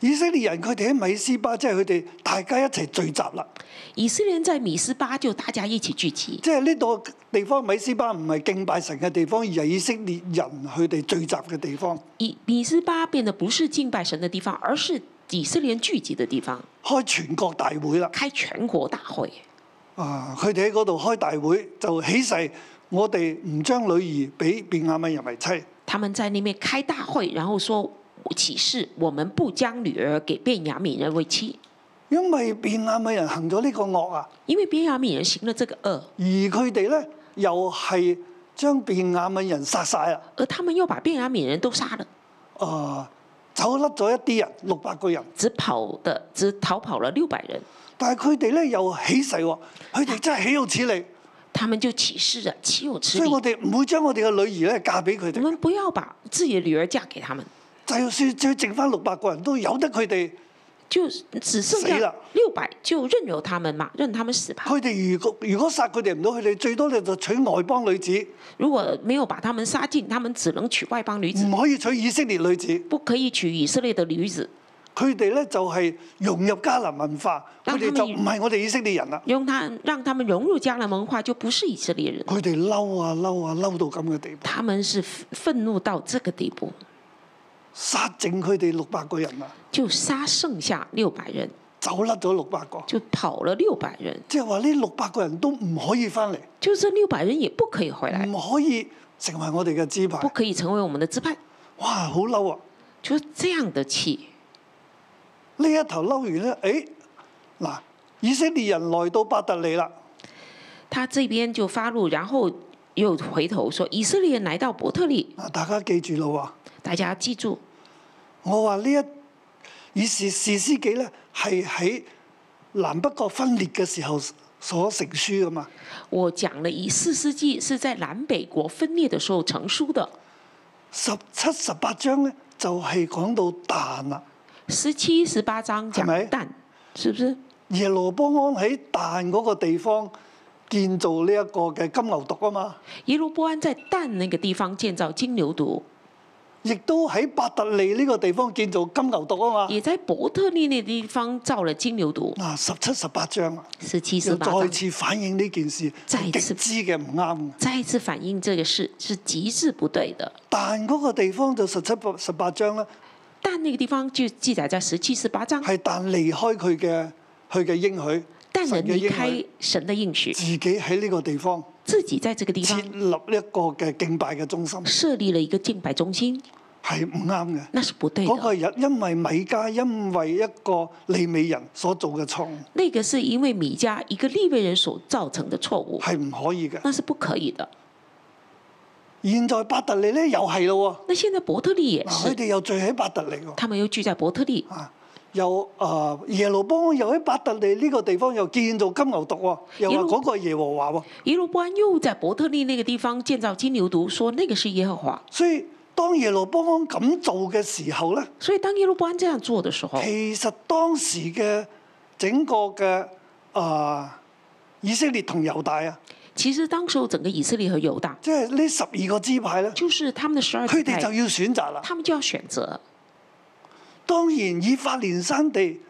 [SPEAKER 2] 以色列人佢哋喺米斯巴，即係佢哋大家一齊聚集啦。
[SPEAKER 3] 以色列人在米斯巴就大家一起聚集，
[SPEAKER 2] 即係呢度地方米斯巴唔係敬拜神嘅地方，而係以色列人佢哋聚集嘅地方。
[SPEAKER 3] 以米斯巴變得不是敬拜神的地方，而是以色列人聚集的地方，
[SPEAKER 2] 開全國大會啦！
[SPEAKER 3] 開全國大會。
[SPEAKER 2] 啊，佢哋喺嗰度開大會就起誓，我哋唔將女兒俾便雅憫人為妻。
[SPEAKER 3] 他們在那邊開大會，然後說起誓，我們不將女兒給便雅憫人為妻，
[SPEAKER 2] 因為便雅憫人行咗呢個惡啊，
[SPEAKER 3] 因為便雅憫人行了這個惡，
[SPEAKER 2] 而佢哋咧又係將便雅憫人殺晒啊！
[SPEAKER 3] 而他們又把便雅憫人都殺了。
[SPEAKER 2] 啊，走甩咗一啲人，六百個人，
[SPEAKER 3] 只跑的只逃跑了六百人，
[SPEAKER 2] 但係佢哋咧又起誓喎，佢哋真係豈有此理，
[SPEAKER 3] 他们就起誓了，岂有此
[SPEAKER 2] 所以
[SPEAKER 3] 理！
[SPEAKER 2] 我哋唔會將我哋嘅女兒咧嫁俾佢
[SPEAKER 3] 我
[SPEAKER 2] 哋。
[SPEAKER 3] 们不要把自己的女儿嫁给他们，
[SPEAKER 2] 就算只剩翻六百個人都由得佢哋，
[SPEAKER 3] 就只剩
[SPEAKER 2] 死
[SPEAKER 3] 下
[SPEAKER 2] 了
[SPEAKER 3] 六百，就任由他们嘛，任他们死吧。
[SPEAKER 2] 佢哋如果如果殺佢哋唔到，佢哋最多你就娶外邦女子，
[SPEAKER 3] 如果没有把他们杀尽，他们只能娶外邦女子，
[SPEAKER 2] 唔可以娶以色列女子。
[SPEAKER 3] 不可以娶以色列的女子，
[SPEAKER 2] 佢哋咧就係融入迦南文化，佢
[SPEAKER 3] 但他
[SPEAKER 2] 哋
[SPEAKER 3] 們
[SPEAKER 2] 就唔係我哋以色列人啦。
[SPEAKER 3] 用他让他们融入迦南文化，就不是以色列人。
[SPEAKER 2] 佢哋嬲啊嬲啊嬲到咁嘅地步，
[SPEAKER 3] 他们是愤怒到这个地步，
[SPEAKER 2] 殺剩佢哋六百個人啊，
[SPEAKER 3] 就杀剩下六百人，
[SPEAKER 2] 走甩咗六百個，
[SPEAKER 3] 就跑了六百人，
[SPEAKER 2] 即係話呢六百個人都唔可以翻嚟，
[SPEAKER 3] 就这六百人也不可以回来，
[SPEAKER 2] 唔可以成為我哋嘅支
[SPEAKER 3] 不
[SPEAKER 2] 派。
[SPEAKER 3] 可以成为我们的支派。
[SPEAKER 2] 哇，好嬲啊！
[SPEAKER 3] 就是这样的气。
[SPEAKER 2] 呢一頭嬲完咧，誒、嗱，以色列人來到伯特利啦。
[SPEAKER 3] 他这边就发怒，然后又回头说：“以色列人来到伯特利，
[SPEAKER 2] 嗱，大家記住咯
[SPEAKER 3] 大家记住，
[SPEAKER 2] 喎，我話呢一以士士師記咧係喺南北國分裂嘅時候所成書噶嘛，
[SPEAKER 3] 我讲了以四世纪是在南北国分裂的时候成书的，
[SPEAKER 2] 十七十八章咧就係、講到但啦，
[SPEAKER 3] 十七、十八章讲
[SPEAKER 2] 係咪
[SPEAKER 3] 蛋，是不是？
[SPEAKER 2] 耶羅波安喺但嗰個地方建造呢一個嘅金牛犢啊嘛，
[SPEAKER 3] 耶罗波安在蛋那个地方建造金牛犊，
[SPEAKER 2] 亦都喺伯特利呢個地方建造金牛犢啊嘛。
[SPEAKER 3] 也在伯特利那地方造了金牛犊。
[SPEAKER 2] 嗱，十七十八章啊，
[SPEAKER 3] 十七、十
[SPEAKER 2] 又
[SPEAKER 3] 八
[SPEAKER 2] 再
[SPEAKER 3] 章
[SPEAKER 2] 次反映呢件事
[SPEAKER 3] 再
[SPEAKER 2] 係
[SPEAKER 3] 一次
[SPEAKER 2] 極之嘅唔啱嘅。
[SPEAKER 3] 再一次反映这个事是极致不对的。
[SPEAKER 2] 但嗰個地方就十七八十八章啦。
[SPEAKER 3] 但那个地方就记载在十七、十八章，
[SPEAKER 2] 係但離開佢嘅佢嘅應許，
[SPEAKER 3] 但人
[SPEAKER 2] 神嘅
[SPEAKER 3] 离
[SPEAKER 2] 應
[SPEAKER 3] 开
[SPEAKER 2] 許，
[SPEAKER 3] 神的应许
[SPEAKER 2] 自，己喺呢個地方
[SPEAKER 3] 自己在这个地
[SPEAKER 2] 設
[SPEAKER 3] 方
[SPEAKER 2] 立一個嘅敬拜嘅中心
[SPEAKER 3] 设立了一个敬拜中心，
[SPEAKER 2] 係唔啱嘅。
[SPEAKER 3] 那是不对
[SPEAKER 2] 嗰個
[SPEAKER 3] 的。
[SPEAKER 2] 人因為米家，因為一個利美人所做嘅錯誤
[SPEAKER 3] 那个是因为米迦一个利未人所造成的错误，
[SPEAKER 2] 係唔可以嘅。
[SPEAKER 3] 那是不可以的。
[SPEAKER 2] 現在伯特利咧又係咯
[SPEAKER 3] 那現在伯特利也
[SPEAKER 2] 喎，嗱佢
[SPEAKER 3] 是，
[SPEAKER 2] 哋又聚喺伯特利喎，
[SPEAKER 3] 他们又聚在伯特利，
[SPEAKER 2] 啊又啊耶路波安又喺伯特利呢個地方又建造金牛犢喎，又話
[SPEAKER 3] 耶路
[SPEAKER 2] 嗰個係耶和華喎，
[SPEAKER 3] 耶路波安又在伯特利那个地方建造金牛犊，说那个是耶和华。
[SPEAKER 2] 所以當耶路波安咁做嘅時候咧。
[SPEAKER 3] 所以当耶路波安这样做的时候，
[SPEAKER 2] 其實當時嘅整個嘅啊、以色列同猶大啊，
[SPEAKER 3] 其实当时候整个以色列和犹大，
[SPEAKER 2] 即係呢十二個支派咧，
[SPEAKER 3] 就是他们的十二
[SPEAKER 2] 佢
[SPEAKER 3] 支
[SPEAKER 2] 哋就
[SPEAKER 3] 派，
[SPEAKER 2] 要選擇啦。
[SPEAKER 3] 他们就要选擇。
[SPEAKER 2] 當然以法蓮山地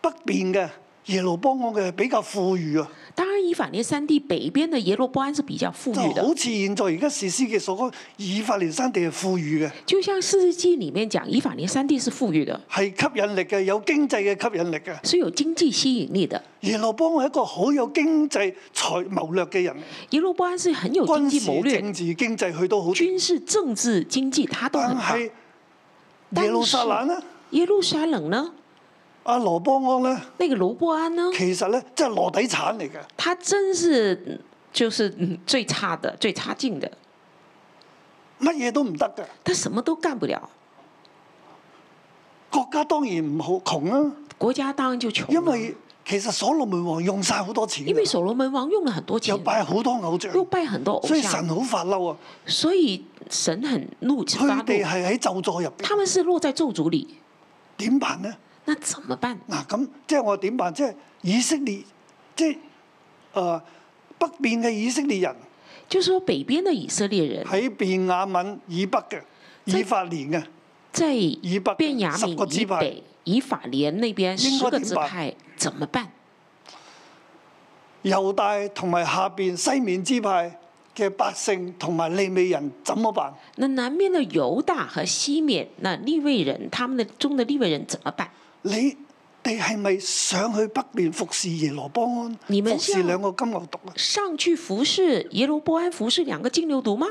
[SPEAKER 2] 北邊嘅耶路波安嘅比較富裕啊，
[SPEAKER 3] 当然，以法蓮山地北边的耶路波安是比较富
[SPEAKER 2] 就
[SPEAKER 3] 裕啊的，
[SPEAKER 2] 好似現在而家士師嘅所講，以法蓮山地係富裕嘅，
[SPEAKER 3] 就像四世纪里面讲，以法蓮山地是富裕的，
[SPEAKER 2] 係吸引力嘅，有經濟嘅吸引力嘅。
[SPEAKER 3] 是有经济吸引力的。
[SPEAKER 2] 耶路波安係一個好有經濟財謀略嘅人，
[SPEAKER 3] 耶路波安是很有
[SPEAKER 2] 軍
[SPEAKER 3] 经
[SPEAKER 2] 事
[SPEAKER 3] 济谋、略，
[SPEAKER 2] 政治、經濟佢都好掂，
[SPEAKER 3] 军事、政治、经济他都很
[SPEAKER 2] 但
[SPEAKER 3] 棒。
[SPEAKER 2] 係
[SPEAKER 3] 但
[SPEAKER 2] 耶
[SPEAKER 3] 是
[SPEAKER 2] 路撒冷呢，
[SPEAKER 3] 耶路撒冷呢？
[SPEAKER 2] 阿羅波安呢，
[SPEAKER 3] 那个罗伯安呢？
[SPEAKER 2] 其實呢，即係羅底產嚟嘅，
[SPEAKER 3] 他真是嗯就是嗯最差的、最差劲的，
[SPEAKER 2] 乜嘢都唔得嘅。
[SPEAKER 3] 他什么都干不了。
[SPEAKER 2] 國家當然唔好窮啦，
[SPEAKER 3] 国家当然就穷了，
[SPEAKER 2] 因為其實所羅門王用晒好多錢
[SPEAKER 3] 因为
[SPEAKER 2] 㗎，
[SPEAKER 3] 所罗门王用了很多
[SPEAKER 2] 又
[SPEAKER 3] 钱，
[SPEAKER 2] 拜好多偶像，
[SPEAKER 3] 又拜很多偶
[SPEAKER 2] 所以
[SPEAKER 3] 像
[SPEAKER 2] 神，好發嬲啊！
[SPEAKER 3] 所以神很怒气发
[SPEAKER 2] 佢哋
[SPEAKER 3] 怒，
[SPEAKER 2] 係喺咒詛入邊，
[SPEAKER 3] 他們是落在咒诅里，
[SPEAKER 2] 點辦呢？
[SPEAKER 3] 那怎么办？
[SPEAKER 2] 嗱咁，即係我點辦？即係以色列，即係誒、呃北邊嘅以色列人
[SPEAKER 3] 就说北边的以色列人
[SPEAKER 2] 喺便雅敏以北嘅
[SPEAKER 3] 即係
[SPEAKER 2] 以法蓮嘅，
[SPEAKER 3] 在
[SPEAKER 2] 以北
[SPEAKER 3] 便雅
[SPEAKER 2] 十個
[SPEAKER 3] 悯
[SPEAKER 2] 支
[SPEAKER 3] 以
[SPEAKER 2] 派
[SPEAKER 3] 北以法莲那边
[SPEAKER 2] 應
[SPEAKER 3] 十
[SPEAKER 2] 該
[SPEAKER 3] 个
[SPEAKER 2] 點
[SPEAKER 3] 支
[SPEAKER 2] 辦
[SPEAKER 3] 派怎么辦？
[SPEAKER 2] 猶大同埋下邊西面支派嘅百姓同埋利未人怎麼辦？
[SPEAKER 3] 那南面的猶大和西面那利未人，他们的中的利未人怎么辦？
[SPEAKER 2] 你哋係咪想去北面服侍耶羅波安，
[SPEAKER 3] 你們
[SPEAKER 2] 服侍
[SPEAKER 3] 想
[SPEAKER 2] 兩個金牛犢啊？
[SPEAKER 3] 上去服侍耶罗波安，服侍两个金牛犊吗？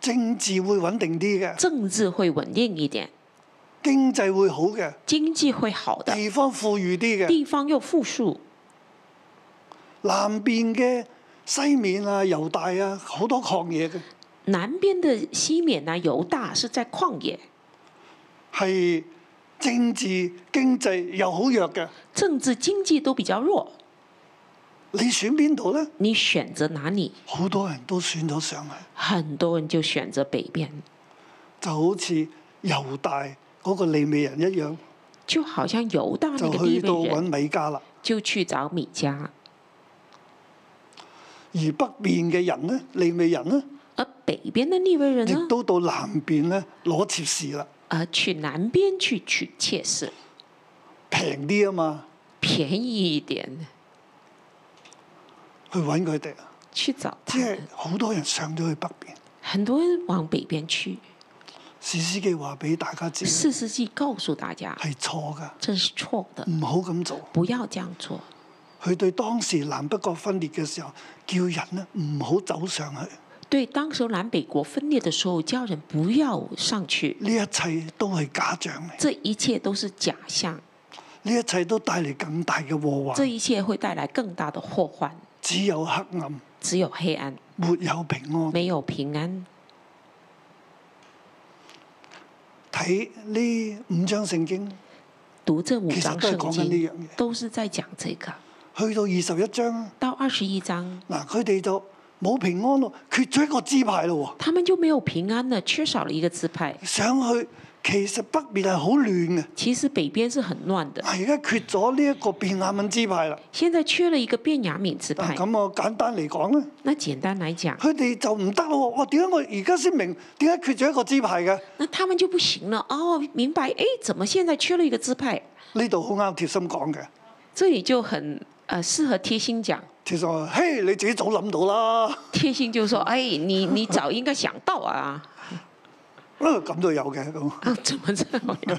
[SPEAKER 2] 政治會穩定啲嘅，
[SPEAKER 3] 政治会稳定一点，
[SPEAKER 2] 經濟會好嘅，
[SPEAKER 3] 经济会好的，
[SPEAKER 2] 地方富裕啲嘅。
[SPEAKER 3] 地方又富庶。
[SPEAKER 2] 南邊嘅西面啊、猶大啊，好多抗嘢嘅，
[SPEAKER 3] 南边的西缅呢，猶大是在旷野，
[SPEAKER 2] 係政治經濟又好弱嘅。
[SPEAKER 3] 政治经济都比较弱。
[SPEAKER 2] 你選邊度呢？
[SPEAKER 3] 你选择哪里，
[SPEAKER 2] 好多人都選咗上去，
[SPEAKER 3] 很多人就选择北边，
[SPEAKER 2] 就好似猶大嗰個利美人一樣，
[SPEAKER 3] 就好像猶大那
[SPEAKER 2] 就
[SPEAKER 3] 个
[SPEAKER 2] 去
[SPEAKER 3] 利
[SPEAKER 2] 到
[SPEAKER 3] 未
[SPEAKER 2] 揾
[SPEAKER 3] 人
[SPEAKER 2] 美加啦。
[SPEAKER 3] 就去找米迦，
[SPEAKER 2] 而北邊嘅人呢，利美人呢，
[SPEAKER 3] 而北边的利未人呢
[SPEAKER 2] 亦，哎都到南邊呢攞妾侍啦，
[SPEAKER 3] 而去南边去娶妾室，
[SPEAKER 2] 平啲啊嘛，
[SPEAKER 3] 便宜一点，
[SPEAKER 2] 去揾佢哋。啊
[SPEAKER 3] 去找他
[SPEAKER 2] 即係
[SPEAKER 3] 们。
[SPEAKER 2] 好多人上咗去北邊。
[SPEAKER 3] 很多人往北边去。
[SPEAKER 2] 史司記話俾大家知
[SPEAKER 3] 四世纪告诉大家，
[SPEAKER 2] 係錯㗎，
[SPEAKER 3] 这是错的，
[SPEAKER 2] 唔好咁做。
[SPEAKER 3] 不要這樣做。
[SPEAKER 2] 佢對當時南北國分裂嘅時候，叫人呢唔好走上去。
[SPEAKER 3] 对，当时候南北国分裂的时候，叫人不要上去，
[SPEAKER 2] 呢一切都係假象嚟，
[SPEAKER 3] 这一切都是假象，
[SPEAKER 2] 呢一切都帶嚟更大嘅禍
[SPEAKER 3] 这
[SPEAKER 2] 患。
[SPEAKER 3] 一切会带来更大的祸患。
[SPEAKER 2] 只有黑暗，
[SPEAKER 3] 只有黑暗，
[SPEAKER 2] 沒有平安。
[SPEAKER 3] 没有平安。
[SPEAKER 2] 睇呢五章聖經，
[SPEAKER 3] 读这五章
[SPEAKER 2] 其實
[SPEAKER 3] 圣
[SPEAKER 2] 都係講緊呢樣
[SPEAKER 3] 经
[SPEAKER 2] 嘢，
[SPEAKER 3] 都是在讲这个。
[SPEAKER 2] 去到二十一章，
[SPEAKER 3] 到二十一章，
[SPEAKER 2] 嗱佢哋就冇平安咯，缺咗一個支派咯
[SPEAKER 3] 他们就没有平安了，缺少了一个支派
[SPEAKER 2] 喎。。上去其實北面係好亂嘅，啊
[SPEAKER 3] 其实北边是很乱的，
[SPEAKER 2] 嗱而家缺咗呢一個便雅敏支派啦。
[SPEAKER 3] 现在缺了一个便雅敏支
[SPEAKER 2] 嗱
[SPEAKER 3] 派。
[SPEAKER 2] 咁我簡單嚟講咧，
[SPEAKER 3] 那简单来讲，
[SPEAKER 2] 佢哋就唔得咯喎！哇，點解我而家先明點解缺咗一個支派嘅？
[SPEAKER 3] 那他们就不行了哦。明白？哎，怎么現在缺了一個支派？
[SPEAKER 2] 呢度好啱貼心講嘅。
[SPEAKER 3] 这里就很呃适合貼心講。
[SPEAKER 2] 其實我話嘿，你自己早諗到啦，
[SPEAKER 3] 貼心就說：“哎，你你早應該想到啊，
[SPEAKER 2] 啊咁都有嘅咁。
[SPEAKER 3] 啊怎麼這樣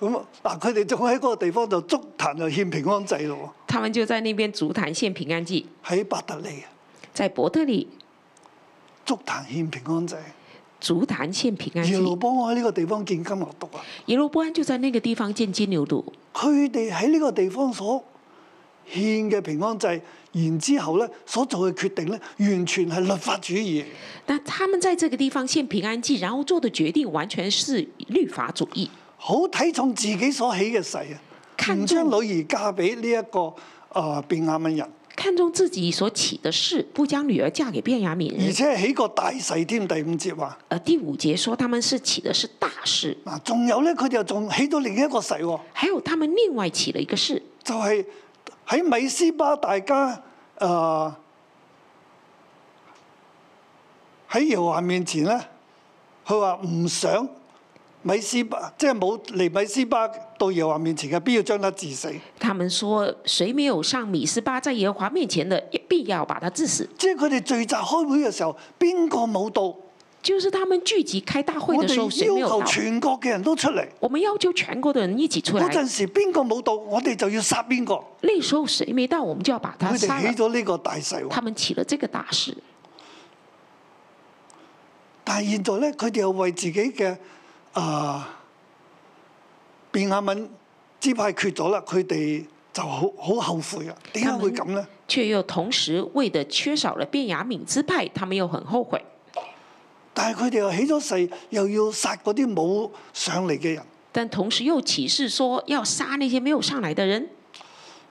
[SPEAKER 2] 咁啊嗱，佢哋仲喺嗰個地方就築壇就獻平安祭咯？”
[SPEAKER 3] 他們就在那邊足坛獻平安祭，
[SPEAKER 2] 喎，喺伯特利啊
[SPEAKER 3] 在伯特利
[SPEAKER 2] 築壇獻平安祭。
[SPEAKER 3] 足坛獻平安
[SPEAKER 2] 耶路
[SPEAKER 3] 祭。
[SPEAKER 2] 波安喺呢個地方建金牛犢啊！
[SPEAKER 3] 耶路波安就在那個地方建金牛犊，
[SPEAKER 2] 佢哋喺呢個地方所獻嘅平安祭，然之後咧所做嘅決定咧，完全係律法主義。
[SPEAKER 3] 那他們在這個地方獻平安祭，然後做的決定完全是律法主義，
[SPEAKER 2] 好睇重自己所起嘅誓啊！唔
[SPEAKER 3] 看
[SPEAKER 2] 將
[SPEAKER 3] 重
[SPEAKER 2] 女兒嫁俾呢一個啊便雅憫人，
[SPEAKER 3] 看重自己所起的事，不將女兒嫁給便雅憫
[SPEAKER 2] 而
[SPEAKER 3] 人。
[SPEAKER 2] 且係起個大誓添。第五節話
[SPEAKER 3] 呃，第五節說他們是起的是大事，
[SPEAKER 2] 嗱，仲有咧，佢哋又仲起到另一個誓喎，
[SPEAKER 3] 還有他們另外起了一個事，
[SPEAKER 2] 就係、喺米斯巴大家啊喺耶和華面前咧，佢話唔想米斯巴，即係冇嚟米斯巴到耶和華面前嘅，必要將他致死。
[SPEAKER 3] 他們說誰沒有上米斯巴在耶和華面前的，必要把他治死。
[SPEAKER 2] 即係佢哋聚集開會嘅時候，邊個冇到？
[SPEAKER 3] 就是他們聚集開大會
[SPEAKER 2] 我
[SPEAKER 3] 的時候，誰
[SPEAKER 2] 哋
[SPEAKER 3] 沒有
[SPEAKER 2] 要求
[SPEAKER 3] 到？
[SPEAKER 2] 全國嘅人都出嚟。
[SPEAKER 3] 我們要求全國的人一起出
[SPEAKER 2] 嗰
[SPEAKER 3] 來。
[SPEAKER 2] 陣時邊個冇到，我哋就要殺邊個。
[SPEAKER 3] 那時候誰沒到，我們就要把他
[SPEAKER 2] 佢
[SPEAKER 3] 殺
[SPEAKER 2] 哋
[SPEAKER 3] 了
[SPEAKER 2] 起。咗呢個大勢
[SPEAKER 3] 他
[SPEAKER 2] 喎，
[SPEAKER 3] 們起了這個大事，
[SPEAKER 2] 但係現在咧，佢哋又為自己嘅啊便雅敏支派缺咗啦，佢哋就好好後悔啊！點解會咁呢？
[SPEAKER 3] 却又同时为的缺少了便雅敏支派，他们又很后悔。
[SPEAKER 2] 但係佢哋又起咗誓，又要殺嗰啲冇上嚟嘅人。
[SPEAKER 3] 但同时又启示说要杀那些没有上来的人。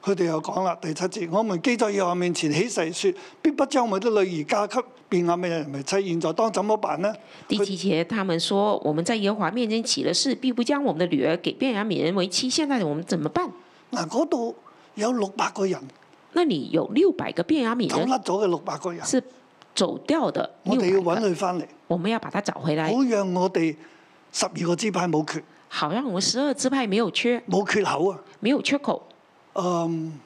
[SPEAKER 2] 佢哋又講啦，第七節，我們既在耶和華面前起誓說，必不將我們的女兒嫁給便雅憫人為妻。現在當怎麼辦呢？
[SPEAKER 3] 第七节，他们说我们在耶和华面前起了誓，必不将我们的女儿给便雅悯人为妻。现在我们怎么办？
[SPEAKER 2] 嗱，嗰度有六百個人
[SPEAKER 3] 那里有六百个便雅悯
[SPEAKER 2] 走
[SPEAKER 3] 人
[SPEAKER 2] 甩咗嘅六百個人，
[SPEAKER 3] 是走掉的，
[SPEAKER 2] 我哋要
[SPEAKER 3] 600
[SPEAKER 2] 揾
[SPEAKER 3] 个，
[SPEAKER 2] 佢翻嚟，
[SPEAKER 3] 我们要把他找回来，
[SPEAKER 2] 好讓我哋十二個支派冇缺
[SPEAKER 3] 好让我们十二支派没有缺，
[SPEAKER 2] 冇缺口啊！
[SPEAKER 3] 没有缺口。
[SPEAKER 2] 嗯，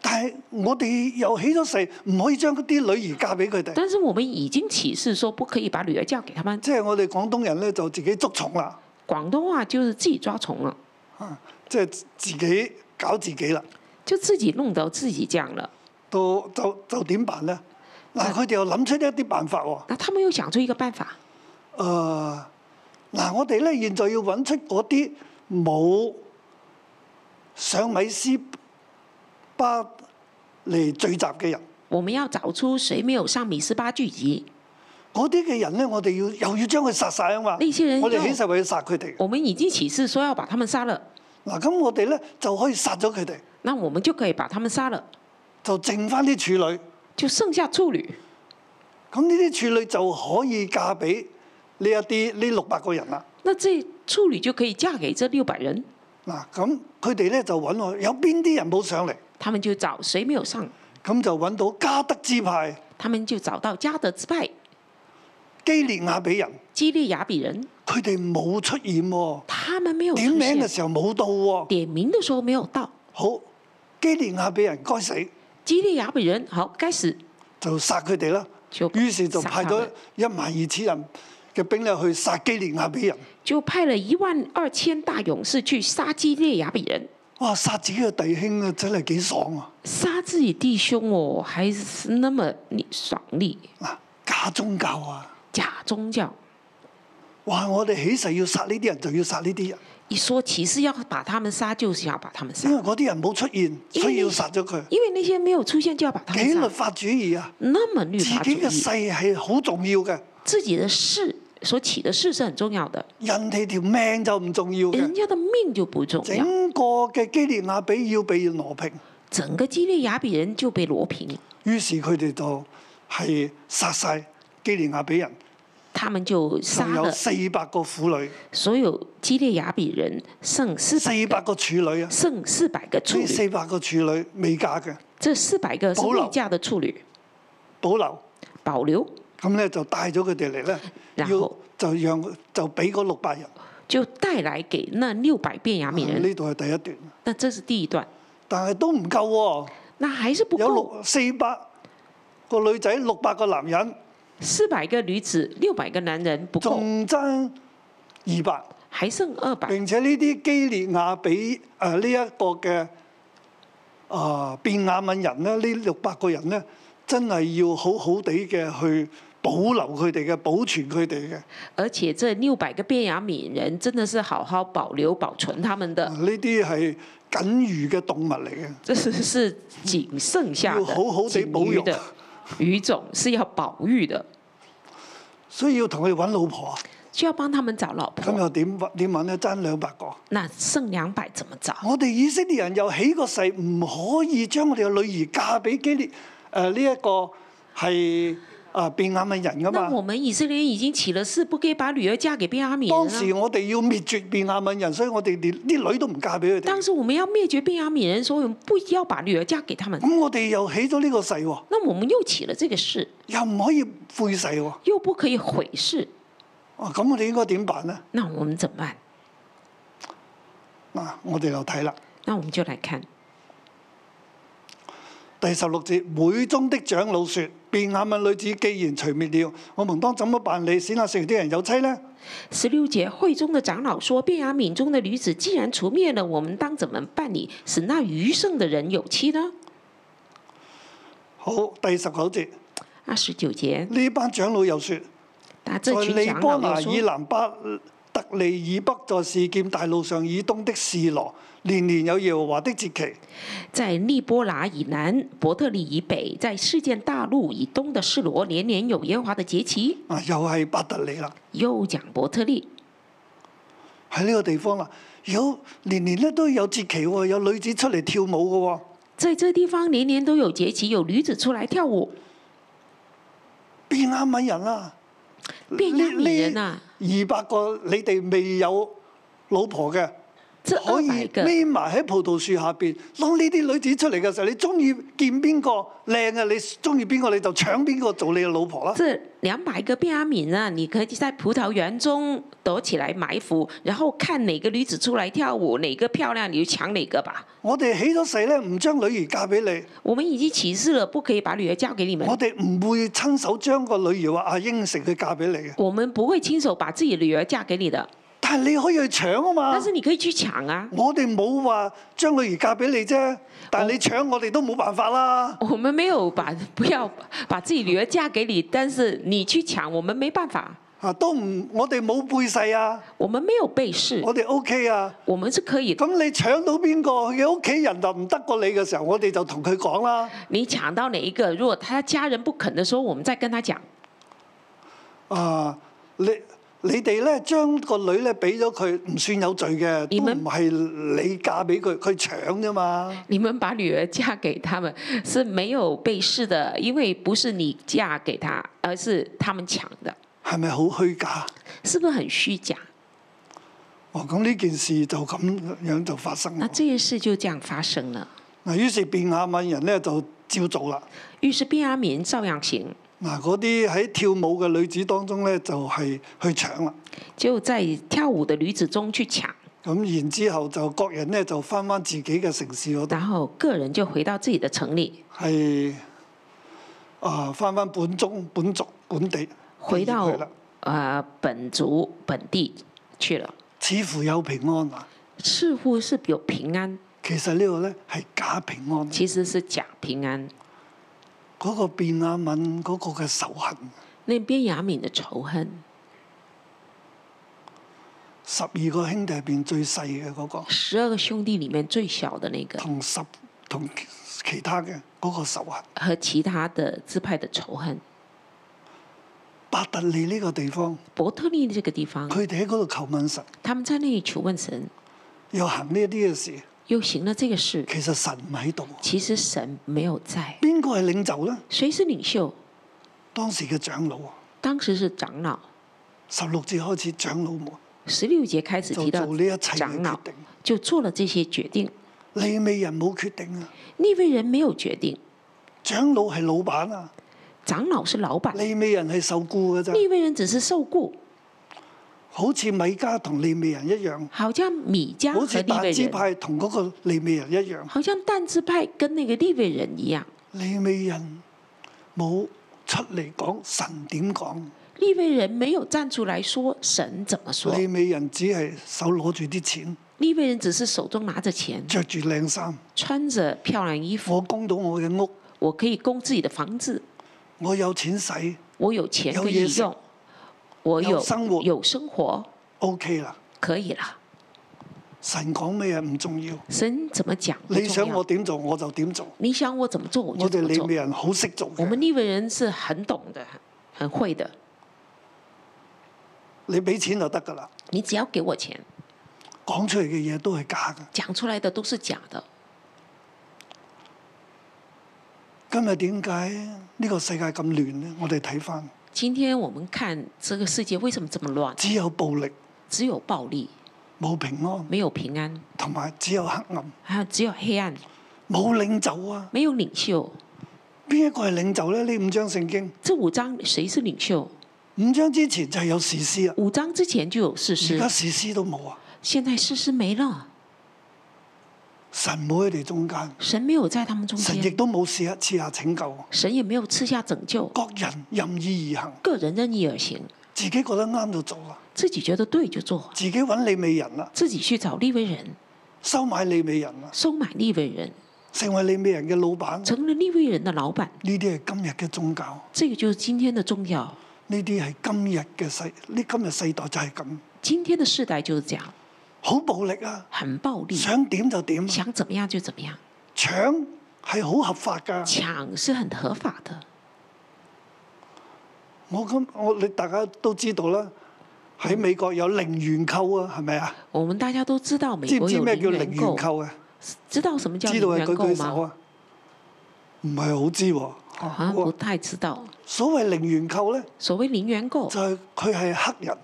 [SPEAKER 2] 但係我哋又起咗誓，唔可以將啲女兒嫁俾佢哋，
[SPEAKER 3] 但是我们已经起誓说不可以把女儿嫁给他们。
[SPEAKER 2] 即係我哋廣東人咧就自己捉蟲啦，
[SPEAKER 3] 广东话就是自己抓虫了，
[SPEAKER 2] 啊，即係自己搞自己啦。
[SPEAKER 3] 就自己弄到自己这样了。
[SPEAKER 2] 到就就點辦咧？嗱，佢哋又諗出一啲辦法喎。
[SPEAKER 3] 那他们又想出一个办法，
[SPEAKER 2] 誒，呃嗱，我哋咧現在要揾出嗰啲冇上米斯巴嚟聚集嘅人，
[SPEAKER 3] 我们要找出谁没有上米斯巴聚集。
[SPEAKER 2] 嗰啲嘅人咧，我哋要又要將佢殺晒啊嘛。
[SPEAKER 3] 呢啲人
[SPEAKER 2] 我哋
[SPEAKER 3] 又
[SPEAKER 2] 起誓為要殺佢哋。
[SPEAKER 3] 我们已经起誓说要把他们杀了，
[SPEAKER 2] 嗱，咁我哋咧就可以殺咗佢哋，
[SPEAKER 3] 那我们就可以把他们杀了，
[SPEAKER 2] 就剩翻啲處女。
[SPEAKER 3] 就剩下处女。
[SPEAKER 2] 咁呢啲處女就可以嫁俾呢一啲呢六百個人啦。
[SPEAKER 3] 那这处女就可以嫁给这六百人，
[SPEAKER 2] 嗱，咁佢哋咧就揾我有邊啲人冇上嚟，
[SPEAKER 3] 他们就找谁没有上，
[SPEAKER 2] 咁就揾到加德支派
[SPEAKER 3] 他们就找到加德支派、
[SPEAKER 2] 基列亞比人，
[SPEAKER 3] 基利雅比人，
[SPEAKER 2] 佢哋冇出現喎，
[SPEAKER 3] 他们没有
[SPEAKER 2] 點
[SPEAKER 3] 出
[SPEAKER 2] 名嘅
[SPEAKER 3] 现。
[SPEAKER 2] 時候冇到喎。
[SPEAKER 3] 点名的时候没有到，
[SPEAKER 2] 好，基列亞比人該死，
[SPEAKER 3] 基利雅比人好该死，
[SPEAKER 2] 就殺佢哋啦。
[SPEAKER 3] 就
[SPEAKER 2] 於是就
[SPEAKER 3] 殺
[SPEAKER 2] 派
[SPEAKER 3] 他
[SPEAKER 2] 咗
[SPEAKER 3] 們
[SPEAKER 2] 一萬二千人嘅兵咧去殺基列亞比人，
[SPEAKER 3] 就派了一万二千大勇士去杀基利雅比人，
[SPEAKER 2] 哇！殺自己嘅弟兄啊，真係幾爽啊！
[SPEAKER 3] 杀自己弟兄哦，还是那么利爽利，
[SPEAKER 2] 嗱，假宗教啊，
[SPEAKER 3] 假宗教。
[SPEAKER 2] 哇！我哋起誓要殺呢啲人，就要殺呢啲人，
[SPEAKER 3] 一说其实要把他们杀，就是要把他们杀
[SPEAKER 2] 因，為嗰啲人冇出現，
[SPEAKER 3] 因為
[SPEAKER 2] 所以要
[SPEAKER 3] 你
[SPEAKER 2] 殺咗佢。
[SPEAKER 3] 因为那些没有出现就要把他
[SPEAKER 2] 紀律
[SPEAKER 3] 们杀。
[SPEAKER 2] 法主義啊，
[SPEAKER 3] 那么律
[SPEAKER 2] 自己
[SPEAKER 3] 法主
[SPEAKER 2] 嘅
[SPEAKER 3] 义，
[SPEAKER 2] 勢係好重要嘅，
[SPEAKER 3] 自己的事所起的事是很重要的，
[SPEAKER 2] 人哋條命就唔重要
[SPEAKER 3] 人
[SPEAKER 2] 嘅。
[SPEAKER 3] 家的命就不重要。
[SPEAKER 2] 整個嘅基列亞比要被羅平，
[SPEAKER 3] 整个基利雅比人就被罗平，
[SPEAKER 2] 於是佢哋就係殺晒基列亞比人，
[SPEAKER 3] 他们就
[SPEAKER 2] 就
[SPEAKER 3] 杀
[SPEAKER 2] 有
[SPEAKER 3] 了
[SPEAKER 2] 四百個婦女，
[SPEAKER 3] 所有基利雅比人，剩四
[SPEAKER 2] 四百個處女啊，
[SPEAKER 3] 剩四百个处
[SPEAKER 2] 呢
[SPEAKER 3] 女，
[SPEAKER 2] 四百個處女未嫁嘅
[SPEAKER 3] 这四百个是
[SPEAKER 2] 保留
[SPEAKER 3] 未嫁的处女，
[SPEAKER 2] 保留，
[SPEAKER 3] 保留，
[SPEAKER 2] 咁咧就帶咗佢哋嚟咧，
[SPEAKER 3] 然
[SPEAKER 2] 要
[SPEAKER 3] 后
[SPEAKER 2] 就讓就俾嗰六百人。
[SPEAKER 3] 就带来给那六百便雅悯
[SPEAKER 2] 啊
[SPEAKER 3] 人。
[SPEAKER 2] 呢度係第一段，
[SPEAKER 3] 那这是第一段，
[SPEAKER 2] 但係都唔夠喎，
[SPEAKER 3] 那还是不
[SPEAKER 2] 有
[SPEAKER 3] 够，
[SPEAKER 2] 六四百個女仔，六百個男人。
[SPEAKER 3] 四百个女子，六百个男人不够，
[SPEAKER 2] 仲爭二百，
[SPEAKER 3] 还剩二百。
[SPEAKER 2] 並且呢啲基列亞比誒呢一個嘅啊變雅敏人咧，呢六百個人咧，真係要好好地嘅去保留佢哋嘅，保存佢哋嘅。
[SPEAKER 3] 而且这六百个便雅悯人真的是好好保留保存他们
[SPEAKER 2] 啊
[SPEAKER 3] 的，
[SPEAKER 2] 呢啲係僅餘嘅動物嚟嘅，
[SPEAKER 3] 这是是仅剩下
[SPEAKER 2] 要
[SPEAKER 3] 的
[SPEAKER 2] 好好地
[SPEAKER 3] 仅
[SPEAKER 2] 保
[SPEAKER 3] 余
[SPEAKER 2] 育
[SPEAKER 3] 的语种是要保育的，
[SPEAKER 2] 所以要同佢哋揾老婆。啊
[SPEAKER 3] 就要幫他们找老
[SPEAKER 2] 咁
[SPEAKER 3] 婆。
[SPEAKER 2] 又點揾點揾咧？爭兩百個。
[SPEAKER 3] 那剩两百怎么找？
[SPEAKER 2] 我哋以色列人又起個誓，唔可以將我哋嘅女兒嫁俾基列誒呢一個係啊變雅敏人噶嘛
[SPEAKER 3] 那。我们以色列人已经起了誓，不可以把女儿嫁给便雅悯
[SPEAKER 2] 當
[SPEAKER 3] 人
[SPEAKER 2] 時
[SPEAKER 3] 啊。
[SPEAKER 2] 我哋要滅絕便雅敏人，所以我哋連啲女都唔嫁俾佢
[SPEAKER 3] 当
[SPEAKER 2] 哋。
[SPEAKER 3] 时我们要灭绝便雅悯人，所以我们不要把女儿嫁给他们。
[SPEAKER 2] 咁我哋又起咗呢個誓喎，
[SPEAKER 3] 那我们又起了这个誓，
[SPEAKER 2] 又唔可以悔誓喎。
[SPEAKER 3] 又不可以毁誓，
[SPEAKER 2] 啊，咁我哋應該點辦呢？
[SPEAKER 3] 那我们怎么办？
[SPEAKER 2] 嗱、啊我哋又睇啦，
[SPEAKER 3] 那我们就来看
[SPEAKER 2] 第十六節，會中的長老說：便雅敏女子既然除滅了，我們當怎麼辦理？使那剩餘啲人有妻呢？
[SPEAKER 3] 十六节，会中的长老说：“便雅悯中的女子既然除灭了，我们当怎么办理，使那余剩的人有妻呢
[SPEAKER 2] 好，第十九節，？”
[SPEAKER 3] 二十九节，
[SPEAKER 2] 呢班長老又說：
[SPEAKER 3] 那这
[SPEAKER 2] 在
[SPEAKER 3] 群
[SPEAKER 2] 利
[SPEAKER 3] 长
[SPEAKER 2] 波
[SPEAKER 3] 老
[SPEAKER 2] 拿
[SPEAKER 3] 又
[SPEAKER 2] 以
[SPEAKER 3] 说
[SPEAKER 2] 南巴特利以北在示劍大路上以東的示羅，年年有耶和華的節期。
[SPEAKER 3] 在利波拿以南、伯特利以北，在世界大陆以东的示罗，年年有耶和华的节期。
[SPEAKER 2] 啊，又係伯特利啦，
[SPEAKER 3] 又讲伯特利，
[SPEAKER 2] 喺呢個地方啦，有年年咧都有節期喎，有女子出嚟跳舞嘅喎。
[SPEAKER 3] 在这地方年年都有节期，有女子出来跳舞。
[SPEAKER 2] 變啱米人啦、
[SPEAKER 3] 便雅悯人
[SPEAKER 2] 呢
[SPEAKER 3] 啊，
[SPEAKER 2] 二百個你哋未有老婆嘅，
[SPEAKER 3] 这
[SPEAKER 2] 可
[SPEAKER 3] 二
[SPEAKER 2] 以
[SPEAKER 3] 百个
[SPEAKER 2] 匿埋喺葡萄樹下邊。當呢啲女子出嚟嘅時候，你中意見邊個靚嘅，你中意邊個你就搶邊個做你嘅老婆啦。
[SPEAKER 3] 这两百个便雅悯啊，你可以在葡萄园中躲起来埋伏，然后看哪个女子出来跳舞，哪个漂亮你就抢哪个吧。
[SPEAKER 2] 我哋起咗誓咧，唔將女兒嫁俾你，
[SPEAKER 3] 我们已经起誓了，不可以把女儿交给你们。
[SPEAKER 2] 我哋唔會親手將個女兒話啊應承佢嫁俾你嘅。
[SPEAKER 3] 我们不会亲手把自己的女儿嫁给你的，
[SPEAKER 2] 但係你可以去搶啊嘛
[SPEAKER 3] 但。是你可以去抢啊。
[SPEAKER 2] 我哋冇話將女兒嫁俾你啫，但係你搶我哋都冇辦法啦。
[SPEAKER 3] 我们没有把不要把自己女儿嫁给你，但是你去抢，我们没办法，
[SPEAKER 2] 啊，都唔，我哋冇背誓啊，
[SPEAKER 3] 我们没有背誓，
[SPEAKER 2] 我哋 OK 啊。
[SPEAKER 3] 我们是可以的。
[SPEAKER 2] 咁你搶到邊個佢嘅屋企人就唔得過你嘅時候，我哋就同佢講啦。
[SPEAKER 3] 你抢到哪一个，如果他家人不肯的时候，我们再跟他讲。
[SPEAKER 2] 啊，你你哋咧將個女咧俾咗佢，唔算有罪嘅，都
[SPEAKER 3] 你們
[SPEAKER 2] 唔係你嫁俾佢，佢搶啫嘛。
[SPEAKER 3] 你们把女儿嫁给他们是没有被试的，因为不是你嫁给他，而是他们抢的，
[SPEAKER 2] 係咪好虛假？
[SPEAKER 3] 是不是很虚假？
[SPEAKER 2] 哦，咁呢件事就咁樣就發生
[SPEAKER 3] 那
[SPEAKER 2] 啦。
[SPEAKER 3] 这件事就这样发生了。
[SPEAKER 2] 嗱，於是便雅憫人咧就照做啦。
[SPEAKER 3] 于是便雅明照样行，
[SPEAKER 2] 嗱，嗰啲喺跳舞嘅女子當中咧，就係、去搶啦。
[SPEAKER 3] 就在跳舞的女子中去抢，
[SPEAKER 2] 咁然之後就各人咧就翻翻自己嘅城市嗰度，
[SPEAKER 3] 然后个人就回到自己的城里，
[SPEAKER 2] 係啊翻翻本宗本族本地，
[SPEAKER 3] 回
[SPEAKER 2] 地區
[SPEAKER 3] 到
[SPEAKER 2] 啦
[SPEAKER 3] 呃本族本地去了，
[SPEAKER 2] 似乎有平安啊。
[SPEAKER 3] 似乎是有平安，
[SPEAKER 2] 其實呢個咧係假平安，嗰、
[SPEAKER 3] 其实是假平安。
[SPEAKER 2] 個便雅敏嗰個嘅仇恨，
[SPEAKER 3] 那便雅敏的仇恨，
[SPEAKER 2] 十二個兄弟入邊最細嘅嗰個，
[SPEAKER 3] 十二个兄弟里面最小的那个，
[SPEAKER 2] 同十同其他嘅嗰個仇恨。
[SPEAKER 3] 和其他的支派的仇恨。
[SPEAKER 2] 伯特利呢個地方，
[SPEAKER 3] 伯特利这个地方，
[SPEAKER 2] 佢哋喺嗰度求問神，
[SPEAKER 3] 他们在那里求问神，
[SPEAKER 2] 又行呢一啲嘅事，
[SPEAKER 3] 又行了这个事。
[SPEAKER 2] 其實神唔喺度。
[SPEAKER 3] 其实神没有在，
[SPEAKER 2] 邊個係領袖呢？
[SPEAKER 3] 谁是领袖？
[SPEAKER 2] 當時嘅長老，啊
[SPEAKER 3] 当时是长老。
[SPEAKER 2] 十六節開始長老們
[SPEAKER 3] 十六节开始
[SPEAKER 2] 就
[SPEAKER 3] 提
[SPEAKER 2] 做
[SPEAKER 3] 到
[SPEAKER 2] 呢一切嘅
[SPEAKER 3] 长老
[SPEAKER 2] 決定。
[SPEAKER 3] 就做了这些决定。
[SPEAKER 2] 利未人冇決定啊，
[SPEAKER 3] 利未人没有决定，
[SPEAKER 2] 長老係老闆啊，
[SPEAKER 3] 长老是老板，
[SPEAKER 2] 利未人係受雇嘅咋，
[SPEAKER 3] 利未人只是受雇，
[SPEAKER 2] 好似米迦同利未人一樣。
[SPEAKER 3] 好像米迦
[SPEAKER 2] 好
[SPEAKER 3] 和
[SPEAKER 2] 似
[SPEAKER 3] 利
[SPEAKER 2] 但
[SPEAKER 3] 未
[SPEAKER 2] 支
[SPEAKER 3] 人，
[SPEAKER 2] 派同嗰個利未人一樣，
[SPEAKER 3] 好像但支派跟那个利未人一样，
[SPEAKER 2] 利未人冇出嚟講神點講，
[SPEAKER 3] 利未人没有站出来说神怎么说，
[SPEAKER 2] 利未人只係手攞住啲錢，
[SPEAKER 3] 利未人只是手中拿着钱，
[SPEAKER 2] 着住靚衫，
[SPEAKER 3] 穿着漂亮衣服，
[SPEAKER 2] 我供到我嘅屋，
[SPEAKER 3] 我可以供自己的房子，
[SPEAKER 2] 我有錢使
[SPEAKER 3] 我有钱
[SPEAKER 2] 有
[SPEAKER 3] 可
[SPEAKER 2] 野
[SPEAKER 3] 以
[SPEAKER 2] 食
[SPEAKER 3] 用，我
[SPEAKER 2] 有
[SPEAKER 3] 有
[SPEAKER 2] 生活
[SPEAKER 3] 有生活
[SPEAKER 2] ，OK 啦。
[SPEAKER 3] 可以了。
[SPEAKER 2] 神講咩嘢唔重要，
[SPEAKER 3] 神怎么讲不
[SPEAKER 2] 你想
[SPEAKER 3] 重要
[SPEAKER 2] 我，點做我就點做。
[SPEAKER 3] 你想我怎么做我就
[SPEAKER 2] 我哋
[SPEAKER 3] 怎么
[SPEAKER 2] 利
[SPEAKER 3] 做
[SPEAKER 2] 未。人好識做
[SPEAKER 3] 我们
[SPEAKER 2] 嘅，
[SPEAKER 3] 利未人是很懂的，很会的。
[SPEAKER 2] 你俾錢就得㗎啦。
[SPEAKER 3] 你只要给我錢，
[SPEAKER 2] 講出嚟嘅嘢都係假嘅。
[SPEAKER 3] 講出來的都是假的。
[SPEAKER 2] 今日點解呢個世界咁亂呢？我哋睇翻，
[SPEAKER 3] 今天我们看这个世界为什么这么亂，
[SPEAKER 2] 只有暴力，
[SPEAKER 3] 只有暴力，
[SPEAKER 2] 冇平安，
[SPEAKER 3] 沒有平安，
[SPEAKER 2] 同埋只有黑暗。
[SPEAKER 3] 還有只有黑暗，
[SPEAKER 2] 冇領袖啊！
[SPEAKER 3] 沒有領袖。
[SPEAKER 2] 邊一個係領袖咧？呢五章聖經，
[SPEAKER 3] 這五章誰是領袖？
[SPEAKER 2] 五章之前就係有士師啊，
[SPEAKER 3] 五章之前就有士
[SPEAKER 2] 而家
[SPEAKER 3] 師，
[SPEAKER 2] 士師都冇啊！
[SPEAKER 3] 現在士師沒了，
[SPEAKER 2] 神冇喺佢哋中間，
[SPEAKER 3] 神沒有在他們中
[SPEAKER 2] 神亦
[SPEAKER 3] 間，
[SPEAKER 2] 都冇試下賜下拯救，
[SPEAKER 3] 神也沒有賜下拯救，
[SPEAKER 2] 各人任意而行，
[SPEAKER 3] 個人任意而行，
[SPEAKER 2] 自己覺得啱就做啦，
[SPEAKER 3] 自己覺得對就做，
[SPEAKER 2] 自己揾利美人啦，
[SPEAKER 3] 自己去找利未人，
[SPEAKER 2] 收買利美人啦，
[SPEAKER 3] 收買利未人，
[SPEAKER 2] 成為利美人嘅老闆。
[SPEAKER 3] 成了利未人的老闆。
[SPEAKER 2] 呢啲係今日嘅宗教，
[SPEAKER 3] 這個就是今天的重要。
[SPEAKER 2] 呢啲係今日嘅世，呢今日世代就係咁。
[SPEAKER 3] 今天的世代就是这样，
[SPEAKER 2] 好暴力啊！
[SPEAKER 3] 很暴力，
[SPEAKER 2] 想點就
[SPEAKER 3] 嗯
[SPEAKER 2] 點，啊
[SPEAKER 3] 想怎么樣就怎么樣，
[SPEAKER 2] 搶係好合法㗎。
[SPEAKER 3] 搶是很合法的。
[SPEAKER 2] 我咁我你大家都知道啦，喺
[SPEAKER 3] 嗯
[SPEAKER 2] 美國有零元購啊，係咪啊？
[SPEAKER 3] 我们大家都知道美
[SPEAKER 2] 知唔
[SPEAKER 3] 国
[SPEAKER 2] 知
[SPEAKER 3] 有
[SPEAKER 2] 咩叫
[SPEAKER 3] 零
[SPEAKER 2] 零
[SPEAKER 3] 元
[SPEAKER 2] 元
[SPEAKER 3] 购，
[SPEAKER 2] 購啊？
[SPEAKER 3] 知道什么叫
[SPEAKER 2] 知道
[SPEAKER 3] 零
[SPEAKER 2] 係
[SPEAKER 3] 元
[SPEAKER 2] 舉
[SPEAKER 3] 购
[SPEAKER 2] 舉手
[SPEAKER 3] 嗎？
[SPEAKER 2] 啊？唔係好知喎、
[SPEAKER 3] 啊，不太知道。
[SPEAKER 2] 所謂零元購咧，
[SPEAKER 3] 所謂零元购，
[SPEAKER 2] 就係佢係黑人，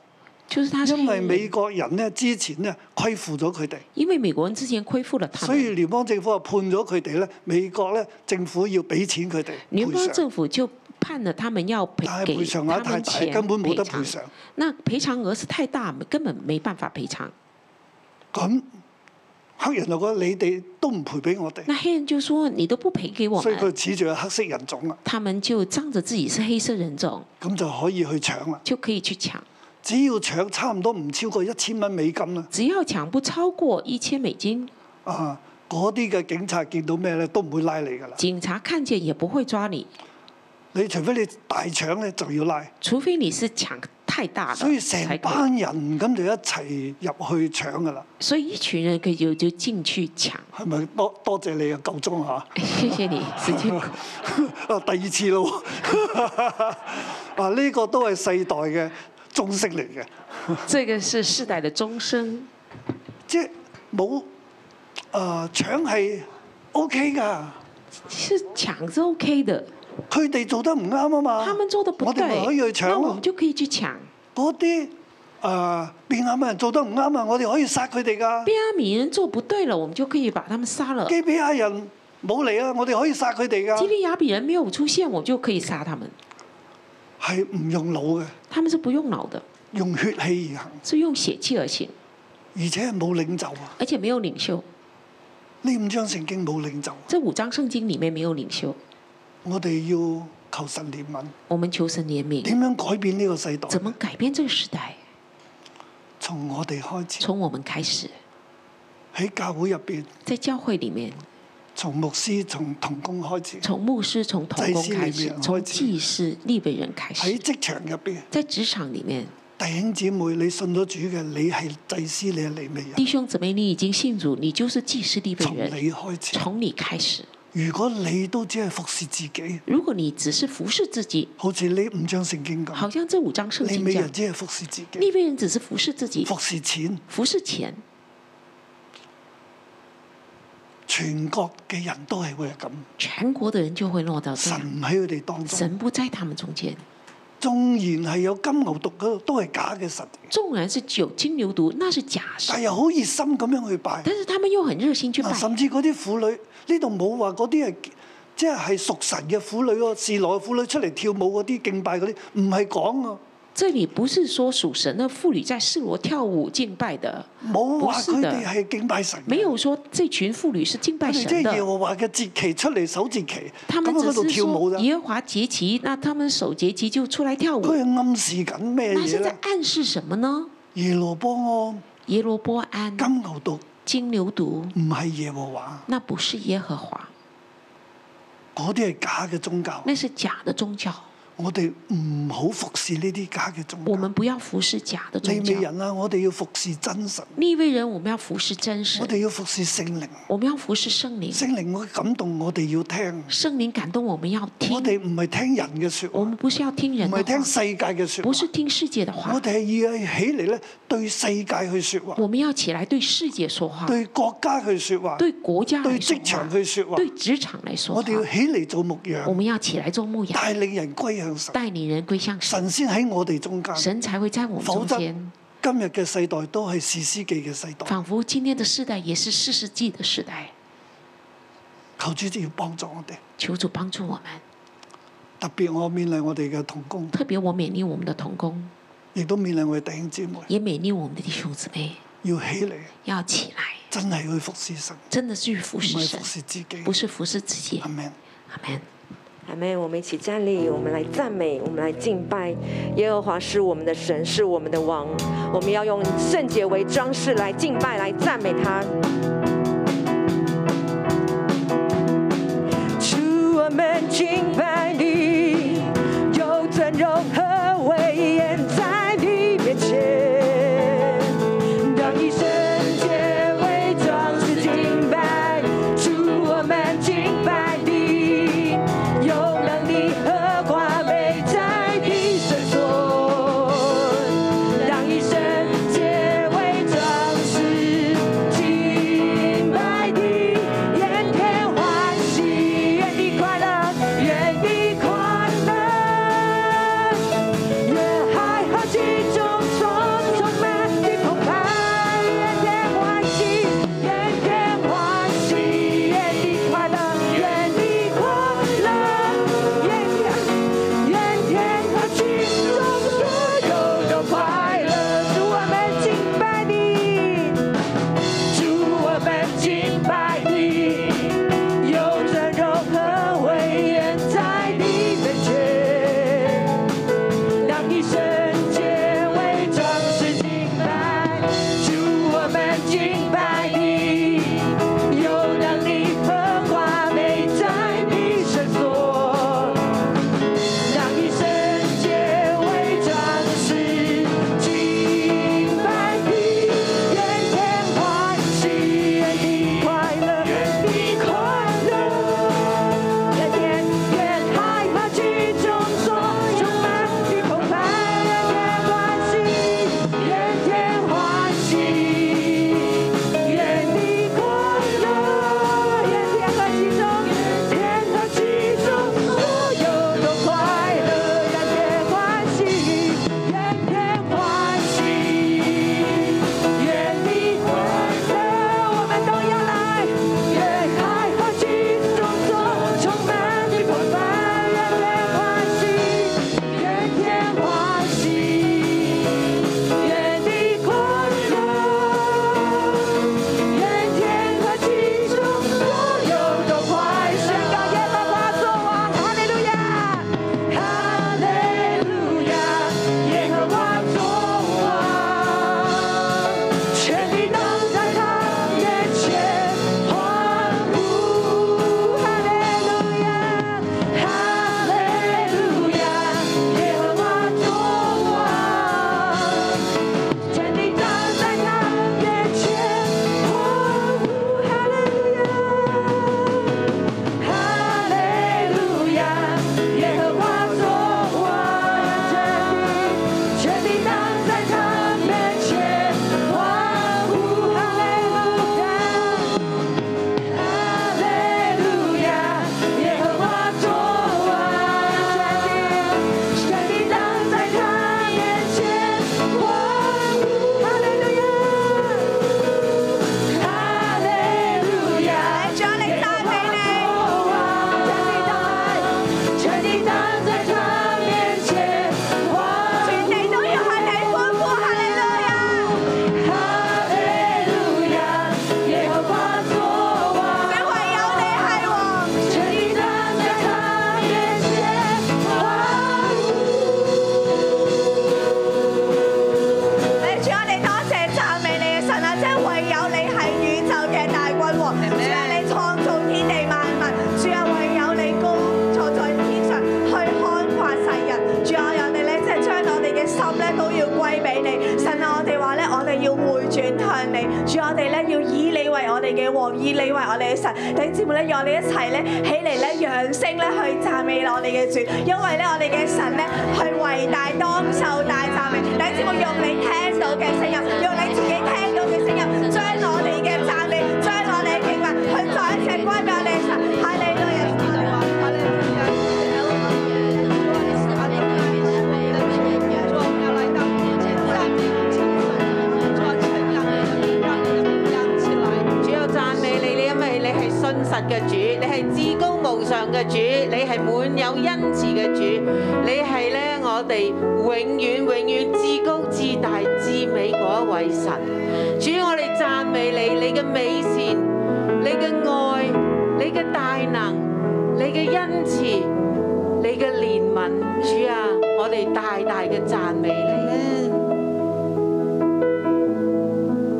[SPEAKER 3] 就是他是
[SPEAKER 2] 因為美
[SPEAKER 3] 因
[SPEAKER 2] 國人咧之前咧虧負咗佢哋，
[SPEAKER 3] 因為美國人之前虧負了他
[SPEAKER 2] 所
[SPEAKER 3] 們，
[SPEAKER 2] 以聯邦政府啊判咗佢哋咧，美國咧政府要俾錢佢哋
[SPEAKER 3] 聯邦
[SPEAKER 2] 賠償，
[SPEAKER 3] 政府就判了他們要賠
[SPEAKER 2] 但係
[SPEAKER 3] 給
[SPEAKER 2] 賠
[SPEAKER 3] 他
[SPEAKER 2] 償額太
[SPEAKER 3] 們
[SPEAKER 2] 啊大，
[SPEAKER 3] 錢
[SPEAKER 2] 根本冇得賠
[SPEAKER 3] 償。
[SPEAKER 2] 償。
[SPEAKER 3] 那賠償額是太大，根本沒辦法賠償。
[SPEAKER 2] 咁黑人就覺得你哋都唔賠俾我哋，
[SPEAKER 3] 那黑人就說：你都不賠給我
[SPEAKER 2] 所以佢
[SPEAKER 3] 們，
[SPEAKER 2] 指住係黑色人種啦，
[SPEAKER 3] 他們就仗着自己是黑色人種，
[SPEAKER 2] 咁就可以去搶啦。
[SPEAKER 3] 就可以去搶。
[SPEAKER 2] 只要搶差唔多唔超過一千蚊美金啦，
[SPEAKER 3] 只要搶不超過一千美金，
[SPEAKER 2] 啊嗰啲嘅警察見到咩咧都唔會拉你㗎啦。
[SPEAKER 3] 警察看見也不會抓你，
[SPEAKER 2] 你除非你大搶咧就要拉，
[SPEAKER 3] 除非你是搶太大了
[SPEAKER 2] 所以
[SPEAKER 3] 才
[SPEAKER 2] 成
[SPEAKER 3] 可以。
[SPEAKER 2] 班人咁就一齊入去搶㗎啦。
[SPEAKER 3] 所以一群人可以就就進去 搶。
[SPEAKER 2] 係咪多多謝你嘅夠鐘啊？
[SPEAKER 3] 謝謝你，時 間夠。
[SPEAKER 2] 啊，第二次咯 喎，啊呢、個都係世代嘅中式嚟嘅，
[SPEAKER 3] 這個是世代的鐘聲，
[SPEAKER 2] 即係冇啊搶係 O K 㗎，
[SPEAKER 3] 是搶是 OK 的，
[SPEAKER 2] 佢哋做得唔啱啊嘛，
[SPEAKER 3] 他們做的不
[SPEAKER 2] 我哋咪可以
[SPEAKER 3] 對，
[SPEAKER 2] 去
[SPEAKER 3] 那
[SPEAKER 2] 搶
[SPEAKER 3] 我
[SPEAKER 2] 咯
[SPEAKER 3] 們。就可以去搶。
[SPEAKER 2] 嗰啲啊變亞人做得唔啱啊，我哋可以殺佢哋㗎。
[SPEAKER 3] 便阿米人做不對了，我們就可以把他們殺了。
[SPEAKER 2] 基比亞人冇嚟啊，我哋可以殺佢哋
[SPEAKER 3] 基
[SPEAKER 2] 㗎，
[SPEAKER 3] 利亞比人没有出現，我就可以殺他們。
[SPEAKER 2] 係唔用腦嘅，
[SPEAKER 3] 他們是不用腦的，
[SPEAKER 2] 用血氣而行，
[SPEAKER 3] 是用血氣而行，
[SPEAKER 2] 而且係冇領袖啊。
[SPEAKER 3] 而且沒有領袖。
[SPEAKER 2] 呢五章聖經冇領袖，啊
[SPEAKER 3] 這五章聖經裡面沒有領袖，
[SPEAKER 2] 我哋要求神憐憫。
[SPEAKER 3] 我們求神憐憫，
[SPEAKER 2] 點樣改變呢個世代？
[SPEAKER 3] 怎麼改變這個時代？
[SPEAKER 2] 從我哋開始
[SPEAKER 3] 從我們開始，
[SPEAKER 2] 喺教會入邊，
[SPEAKER 3] 在教會裡面，
[SPEAKER 2] 從牧師、從童工開始；
[SPEAKER 3] 從牧師、從童工開
[SPEAKER 2] 祭司利未
[SPEAKER 3] 始
[SPEAKER 2] 人，
[SPEAKER 3] 從
[SPEAKER 2] 開始
[SPEAKER 3] 祭司、立位人開
[SPEAKER 2] 喺
[SPEAKER 3] 始，
[SPEAKER 2] 職場入邊，
[SPEAKER 3] 在職場裡面，
[SPEAKER 2] 弟兄姊妹，你信咗主嘅，你係祭司，你係利未人
[SPEAKER 3] 弟，兄姊妹，你已經信主，你就是祭司、立位
[SPEAKER 2] 從
[SPEAKER 3] 人，
[SPEAKER 2] 你開始。
[SPEAKER 3] 從你開始。
[SPEAKER 2] 如果你都只係服侍自己，
[SPEAKER 3] 如果你只是服侍自己，
[SPEAKER 2] 好似呢五章聖經
[SPEAKER 3] 好
[SPEAKER 2] 咁，
[SPEAKER 3] 像這五章聖
[SPEAKER 2] 利
[SPEAKER 3] 經
[SPEAKER 2] 未人
[SPEAKER 3] 講，
[SPEAKER 2] 只係服侍自己，
[SPEAKER 3] 立位人只是服侍自己，
[SPEAKER 2] 服侍錢，
[SPEAKER 3] 服侍錢，
[SPEAKER 2] 全國嘅人都係會係咁。
[SPEAKER 3] 全國的人就會落到這
[SPEAKER 2] 神
[SPEAKER 3] 樣。
[SPEAKER 2] 唔喺佢哋當中，
[SPEAKER 3] 神不在他們中間，
[SPEAKER 2] 縱然係有金牛犢嗰度，都係假嘅神，
[SPEAKER 3] 縱然是有金牛犢，那是假神
[SPEAKER 2] 但，又好熱心咁樣去拜。
[SPEAKER 3] 但是他們又很熱心去拜
[SPEAKER 2] 嗱，。啊甚至嗰啲婦女呢度冇話嗰啲係即係係屬神嘅婦女喎，侍內嘅婦女出嚟跳舞嗰啲敬拜嗰啲，唔係講啊，
[SPEAKER 3] 這裡不是說屬神的婦女在示羅跳舞敬拜的，
[SPEAKER 2] 冇話佢
[SPEAKER 3] 不是
[SPEAKER 2] 哋
[SPEAKER 3] 的
[SPEAKER 2] 係敬拜神嘅，
[SPEAKER 3] 沒有說這群婦女是敬拜
[SPEAKER 2] 佢哋即
[SPEAKER 3] 神
[SPEAKER 2] 係耶
[SPEAKER 3] 的。
[SPEAKER 2] 和華嘅節期出嚟守節期，
[SPEAKER 3] 他
[SPEAKER 2] 咁
[SPEAKER 3] 們
[SPEAKER 2] 喺
[SPEAKER 3] 只
[SPEAKER 2] 嗰度
[SPEAKER 3] 是
[SPEAKER 2] 跳舞
[SPEAKER 3] 說
[SPEAKER 2] 咋，
[SPEAKER 3] 耶和華節期，那他們守節期就出來跳舞
[SPEAKER 2] 佢。係暗示緊咩
[SPEAKER 3] 那是
[SPEAKER 2] 嘢
[SPEAKER 3] 在
[SPEAKER 2] 咧？
[SPEAKER 3] 暗示什麼呢？
[SPEAKER 2] 耶羅波安
[SPEAKER 3] 耶羅波安、
[SPEAKER 2] 金牛犢
[SPEAKER 3] 金牛犢，
[SPEAKER 2] 唔係耶和華，
[SPEAKER 3] 那不是耶和華，
[SPEAKER 2] 嗰啲係假嘅宗教，
[SPEAKER 3] 那是假的宗教。
[SPEAKER 2] 我哋唔好服侍呢啲假嘅宗
[SPEAKER 3] 我
[SPEAKER 2] 教。
[SPEAKER 3] 們不要服侍假的
[SPEAKER 2] 利
[SPEAKER 3] 宗
[SPEAKER 2] 未
[SPEAKER 3] 教。
[SPEAKER 2] 人啊，我哋要服侍真神，
[SPEAKER 3] 立位人，我們要服侍真
[SPEAKER 2] 我
[SPEAKER 3] 神，
[SPEAKER 2] 哋要服侍聖靈。啊
[SPEAKER 3] 我們要服侍聖靈。
[SPEAKER 2] 聖靈會感動我哋要聽，
[SPEAKER 3] 聖靈感動我們要
[SPEAKER 2] 我
[SPEAKER 3] 聽，
[SPEAKER 2] 哋唔係聽人嘅説
[SPEAKER 3] 我
[SPEAKER 2] 話，
[SPEAKER 3] 們不是要聽
[SPEAKER 2] 唔
[SPEAKER 3] 人的
[SPEAKER 2] 係聽
[SPEAKER 3] 話，
[SPEAKER 2] 世界嘅説
[SPEAKER 3] 不是
[SPEAKER 2] 話，
[SPEAKER 3] 聽世界的
[SPEAKER 2] 我
[SPEAKER 3] 話。
[SPEAKER 2] 哋係要起嚟咧對世界去説話，
[SPEAKER 3] 我们要起来对世界說話，
[SPEAKER 2] 對國家去説話，
[SPEAKER 3] 對國家
[SPEAKER 2] 對
[SPEAKER 3] 來說
[SPEAKER 2] 職
[SPEAKER 3] 話
[SPEAKER 2] 場，去説話，
[SPEAKER 3] 對職場來說
[SPEAKER 2] 我哋要
[SPEAKER 3] 話。
[SPEAKER 2] 起嚟做牧
[SPEAKER 3] 我
[SPEAKER 2] 羊，
[SPEAKER 3] 們要起來做牧羊，
[SPEAKER 2] 帶領人歸向神，
[SPEAKER 3] 帶領人歸向神，
[SPEAKER 2] 神先喺我哋中間。
[SPEAKER 3] 神才會在我們中
[SPEAKER 2] 否則
[SPEAKER 3] 間。
[SPEAKER 2] 今日嘅世代都係士師記嘅世代，
[SPEAKER 3] 仿佛今天的世代也是四世紀的世代。
[SPEAKER 2] 求主就要幫助我哋。
[SPEAKER 3] 求主幫助我們，
[SPEAKER 2] 特別我勉勵我哋嘅童工，
[SPEAKER 3] 特別我勉勵我們的童工，
[SPEAKER 2] 亦都勉勵我哋弟兄姊妹，
[SPEAKER 3] 也勉勵我們的弟兄姊妹
[SPEAKER 2] 要起嚟
[SPEAKER 3] 要起來，
[SPEAKER 2] 真係去服侍神，
[SPEAKER 3] 真的是去服
[SPEAKER 2] 唔
[SPEAKER 3] 侍
[SPEAKER 2] 係
[SPEAKER 3] 神
[SPEAKER 2] 服，侍自己
[SPEAKER 3] 不。是服侍自己
[SPEAKER 2] 阿。明。
[SPEAKER 3] 阿門。
[SPEAKER 4] 阿妹，我们一起站立，我们来赞美，我们来敬拜耶和华是我们的神，是我们的王。我们要用圣洁为装饰来敬拜，来赞美他。主，我们敬拜你，有尊荣和威严在你面前。
[SPEAKER 5] 啊啊啊主啊我哋咧要以你為我哋嘅王，以你為我哋嘅神。弟兄姊妹咧，讓我哋一齊咧起嚟咧揚聲咧去讚美我哋嘅主，因為咧我哋嘅神咧係偉大當受大讚美。弟兄姊妹用你聽到嘅聲音，用你自己聽到嘅聲音，將我哋嘅讚美，將我哋嘅敬拜，去再一次歸俾我哋嘅神。哈利路亞！我哋話哈利路亞！
[SPEAKER 6] 主要讚美你，你因為你係信實嘅主，你係至高無上嘅主，你係滿有恩慈嘅主，你係咧我哋永遠永遠至高至大至美嗰一位神。主，我哋讚美你，你嘅美善，你嘅愛，你嘅大能，你嘅恩慈，你嘅憐憫，主啊，我哋大大嘅讚美你。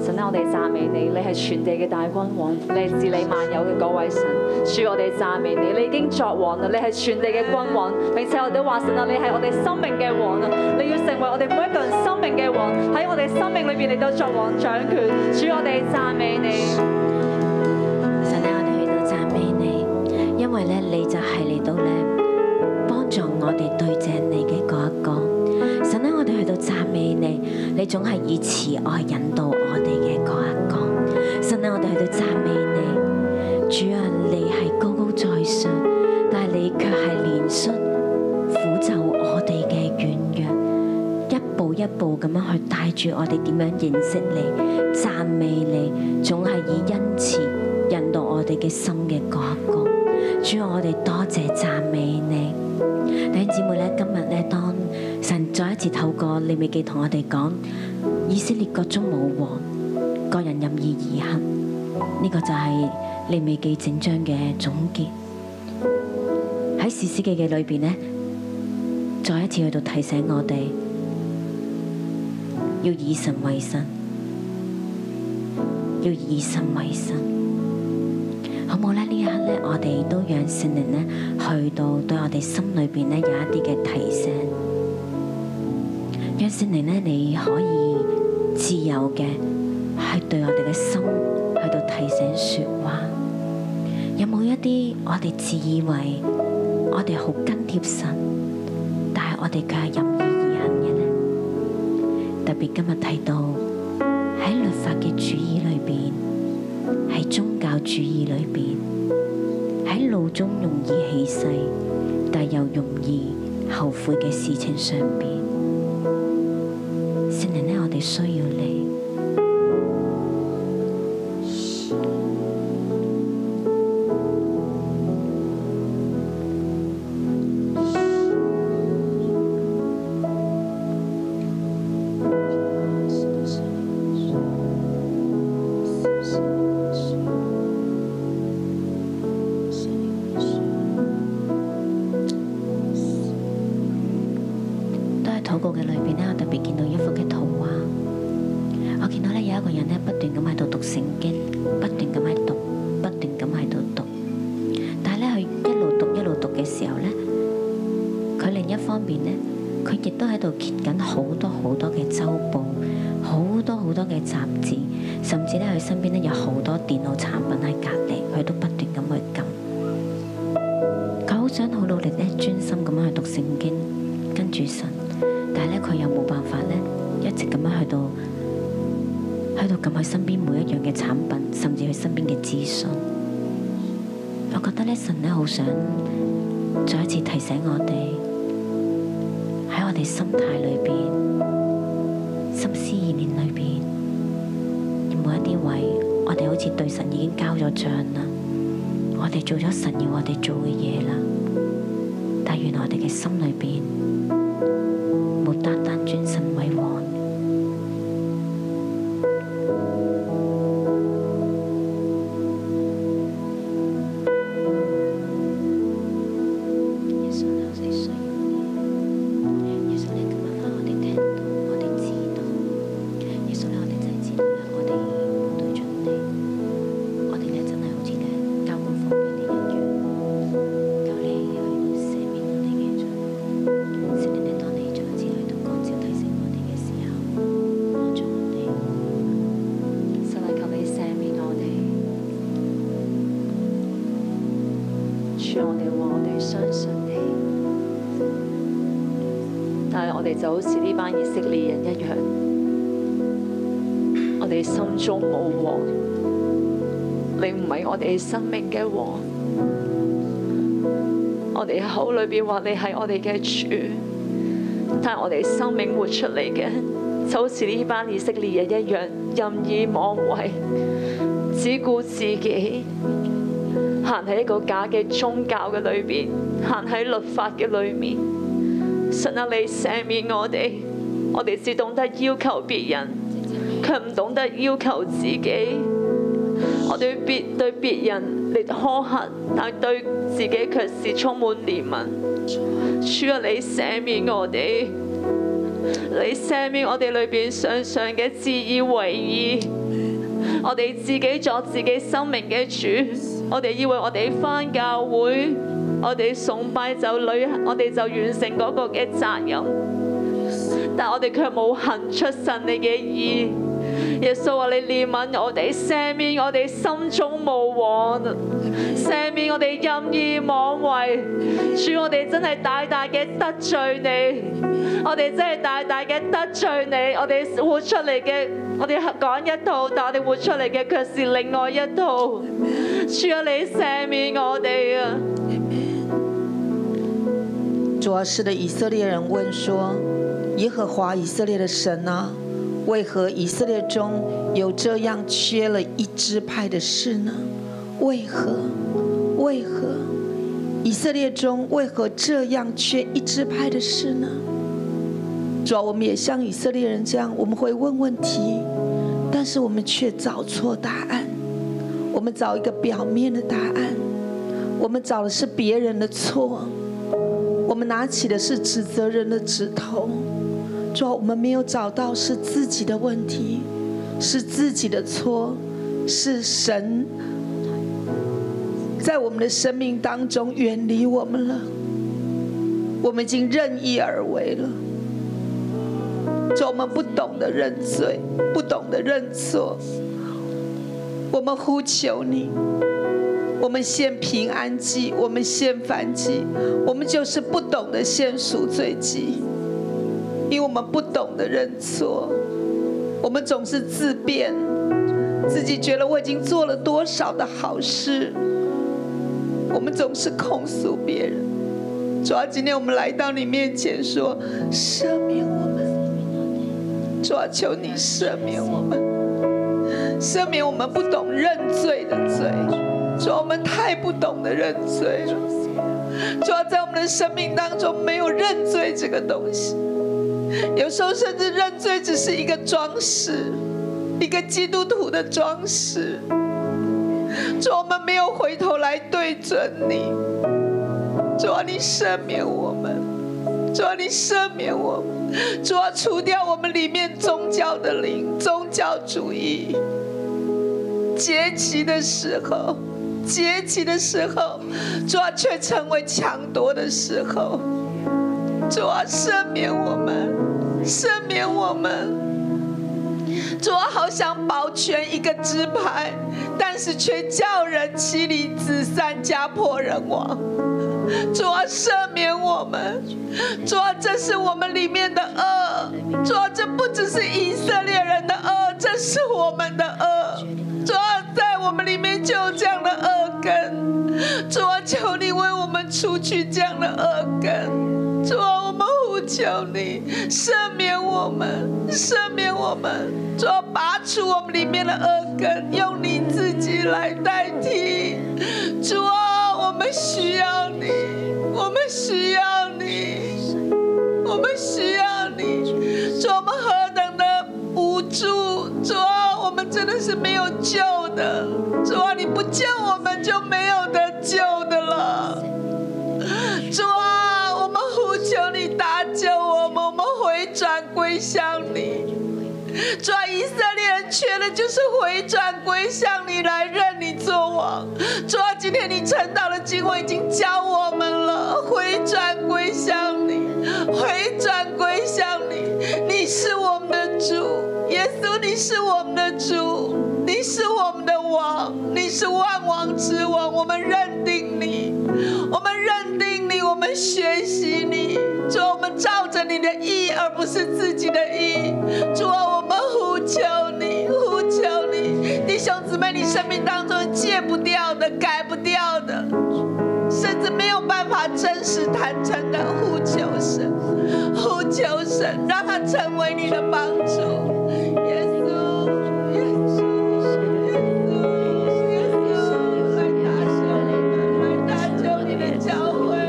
[SPEAKER 7] 神啊，我哋讚美你，你係全地嘅大君王，你係治理萬有嘅嗰位神。主，我哋讚美你，你已經作王啦，你係全地嘅君王，並且我哋話神啊，你係我哋生命嘅王啊，你要成為我哋每一個人生命嘅王，喺我哋生命裏邊嚟到作王掌權。主，我哋讚美你。
[SPEAKER 8] 神啊，我哋去到讚美你，因為咧你就係嚟到咧幫助我哋對正你嘅嗰一個。神啊，我哋去到讚美你，你總係以慈愛引導我哋嘅嗰一個。神啊，我哋去到讚美你，主啊，你係高高在上，但係你卻係憐恤撫就我哋嘅軟弱，一步一步咁樣去帶住我哋點樣認識你、讚美你，總係以恩慈。引導我哋嘅心嘅嗰一個。主啊，我哋多謝讚美你。弟兄姊妹咧，今日咧，當神再一次透過利未記同我哋講，以色列國中冇王，各人任意而行。呢、個就係利未記整章嘅總結。喺士師記嘅裏邊呢，再一次去到提醒我哋，要以神為神，要以神為神。好冇咧？呢一刻咧，我哋都讓聖靈咧去到對我哋心裏邊咧有一啲嘅提醒，讓聖靈咧你可以自由嘅係對我哋嘅心去到提醒說話。有冇一啲我哋自以為我哋好跟貼神，但係我哋卻係任意而行嘅呢？特別今日提到喺律法嘅主義裏邊。喺宗教主義裏邊，喺路中容易起勢，但又容易後悔嘅事情上邊，聖靈呢，我哋需要你。都喺禱告嘅裏邊咧，我特別見到一幅嘅圖畫。我見到咧有一個人咧不斷咁喺度讀聖經，不斷咁喺度，不斷咁喺度讀。但係咧，佢一路讀一路讀嘅時候咧，佢另一方面咧，佢亦都喺度揭緊好多好多嘅周報，好多好多嘅雜誌，甚至咧佢身邊咧有好多電腦產品喺隔離，佢都不斷咁去撳。佢好想好努力咧，專心咁樣去讀聖經。跟住神，但係咧佢又冇辦法咧，一直咁樣去到去到撳佢身邊每一樣嘅產品，甚至佢身邊嘅資訊。我覺得咧神咧好想再一次提醒我哋喺我哋心態裏邊、心思意念裏邊，有冇一啲位我哋好似對神已經交咗帳啦，我哋做咗神要我哋做嘅嘢啦。但願我哋嘅心裏邊冇單單尊神為王。耶穌你我哋需要你耶穌你今日啦，我哋聽到，我哋知道，耶穌你我哋真係知道啦，我哋冇對準你，我哋咧真係好似咧交功課俾你一樣。求你去赦免我哋嘅罪，
[SPEAKER 7] 就好似呢班以色列人一樣，我哋心中冇王，你唔係我哋生命嘅王。我哋口裏邊話你係我哋嘅主，但係我哋生命活出嚟嘅就好似呢班以色列人一樣，任意妄為，只顧自己，行喺一個假嘅宗教嘅裏邊，行喺律法嘅裏面。神啊，你赦免我哋，我哋只懂得要求別人，卻唔懂得要求自己。我對別對別人嚟苛刻，但對自己卻是充滿憐憫。主啊，你赦免我哋，你赦免我哋裏邊常常嘅自以為義。我哋自己作自己生命嘅主，我哋以為我哋翻教會，我哋崇拜就履，我哋就完成嗰個嘅責任，但我哋卻冇行出神你嘅意。耶穌話：你憐憫我哋，赦免我哋心中無王，赦免我哋任意妄為。主，我哋真係大大嘅得罪你，我哋真係大大嘅得罪你。我哋活出嚟嘅，我哋講一套，但我哋活出嚟嘅卻是另外一套。主啊，你赦免我哋啊！
[SPEAKER 9] 主要是的以色列人问说：“耶和华以色列的神啊，为何以色列中有这样缺了一支派的事呢？为何？为何？以色列中为何这样缺一支派的事呢？”主要啊我们也像以色列人这样，我们会问问题，但是我们却找错答案，我们找一个表面的答案，我们找的是别人的错。我们拿起的是指责人的指头，主啊，我们没有找到是自己的问题，是自己的错，是神在我们的生命当中远离我们了，我们已经任意而为了。主啊，我们不懂得认罪，不懂得认错，我们呼求你。我们献平安祭，我们献燔祭，我们就是不懂得献赎罪祭，因为我们不懂得认错，我们总是自辩，自己觉得我已经做了多少的好事，我们总是控诉别人。主啊，今天我们来到你面前说，赦免我们。主啊，求你赦免我们，赦免我们不懂认罪的罪。主啊，我们太不懂得认罪了。主啊，在我们的生命当中没有认罪这个东西，有时候甚至认罪只是一个装饰，一个基督徒的装饰。主啊，我们没有回头来对准你。主啊，你赦免我们。主啊，你赦免我们。主啊，除掉我们里面宗教的灵、宗教主义。节期的时候，节期的时候，主啊，却成为抢夺的时候。主啊，赦免我们，赦免我们。主啊，好想保全一个支派，但是却叫人妻离子散，家破人亡。主啊，赦免我们！主啊，这是我们里面的恶。主啊，这不只是以色列人的恶，这是我们的恶。主啊，在我们里面就有这样的恶根。主啊，求你为我们除去这样的恶根。主啊，我们呼求你赦免我们，赦免我们。主啊，拔除我们里面的恶根，用你自己来代替。主啊，我们需要你，我们需要你，我们需要你。主啊，我们何等的无助！主啊，我们真的是没有救的。主啊，你不救我们就没有得救的了。主啊，我们呼求你搭救我们，我们回转归向你。主啊，以色列人缺的就是回转归向你，来认你作王。主啊，今天你晨祷的经文已经教我们了，回转归向你，回转归向你，你是我们的主，耶稣，你是我们的主，你是我们的王，你是万王之王，我们认定你，我们认定你，我们学习你，主啊，我们照着你。
[SPEAKER 10] 你的意，而不是自己的意。主啊，我们呼求你，呼求你，弟兄姊妹，你生命当中戒不掉的、改不掉的，甚至没有办法真实坦诚的呼求神，呼求神，让他成为你的帮助。耶稣，耶稣，耶稣，耶稣，来打救我们，来打救你的教会。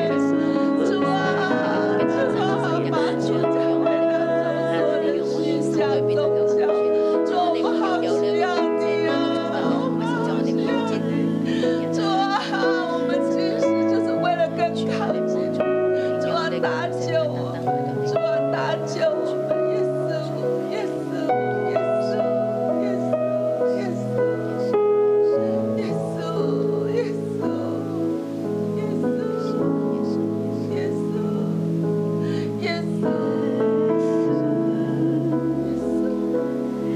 [SPEAKER 10] 主啊，主啊，把主教会当中所有的虚假宗教，主啊，我们好需要你啊，我们好需要你。主啊，我们其实就是为了更靠近你。主啊，搭救我们，主啊，搭救我们，耶稣，耶稣，耶稣，耶稣，耶稣，耶稣，耶稣，耶稣。耶稣，耶稣，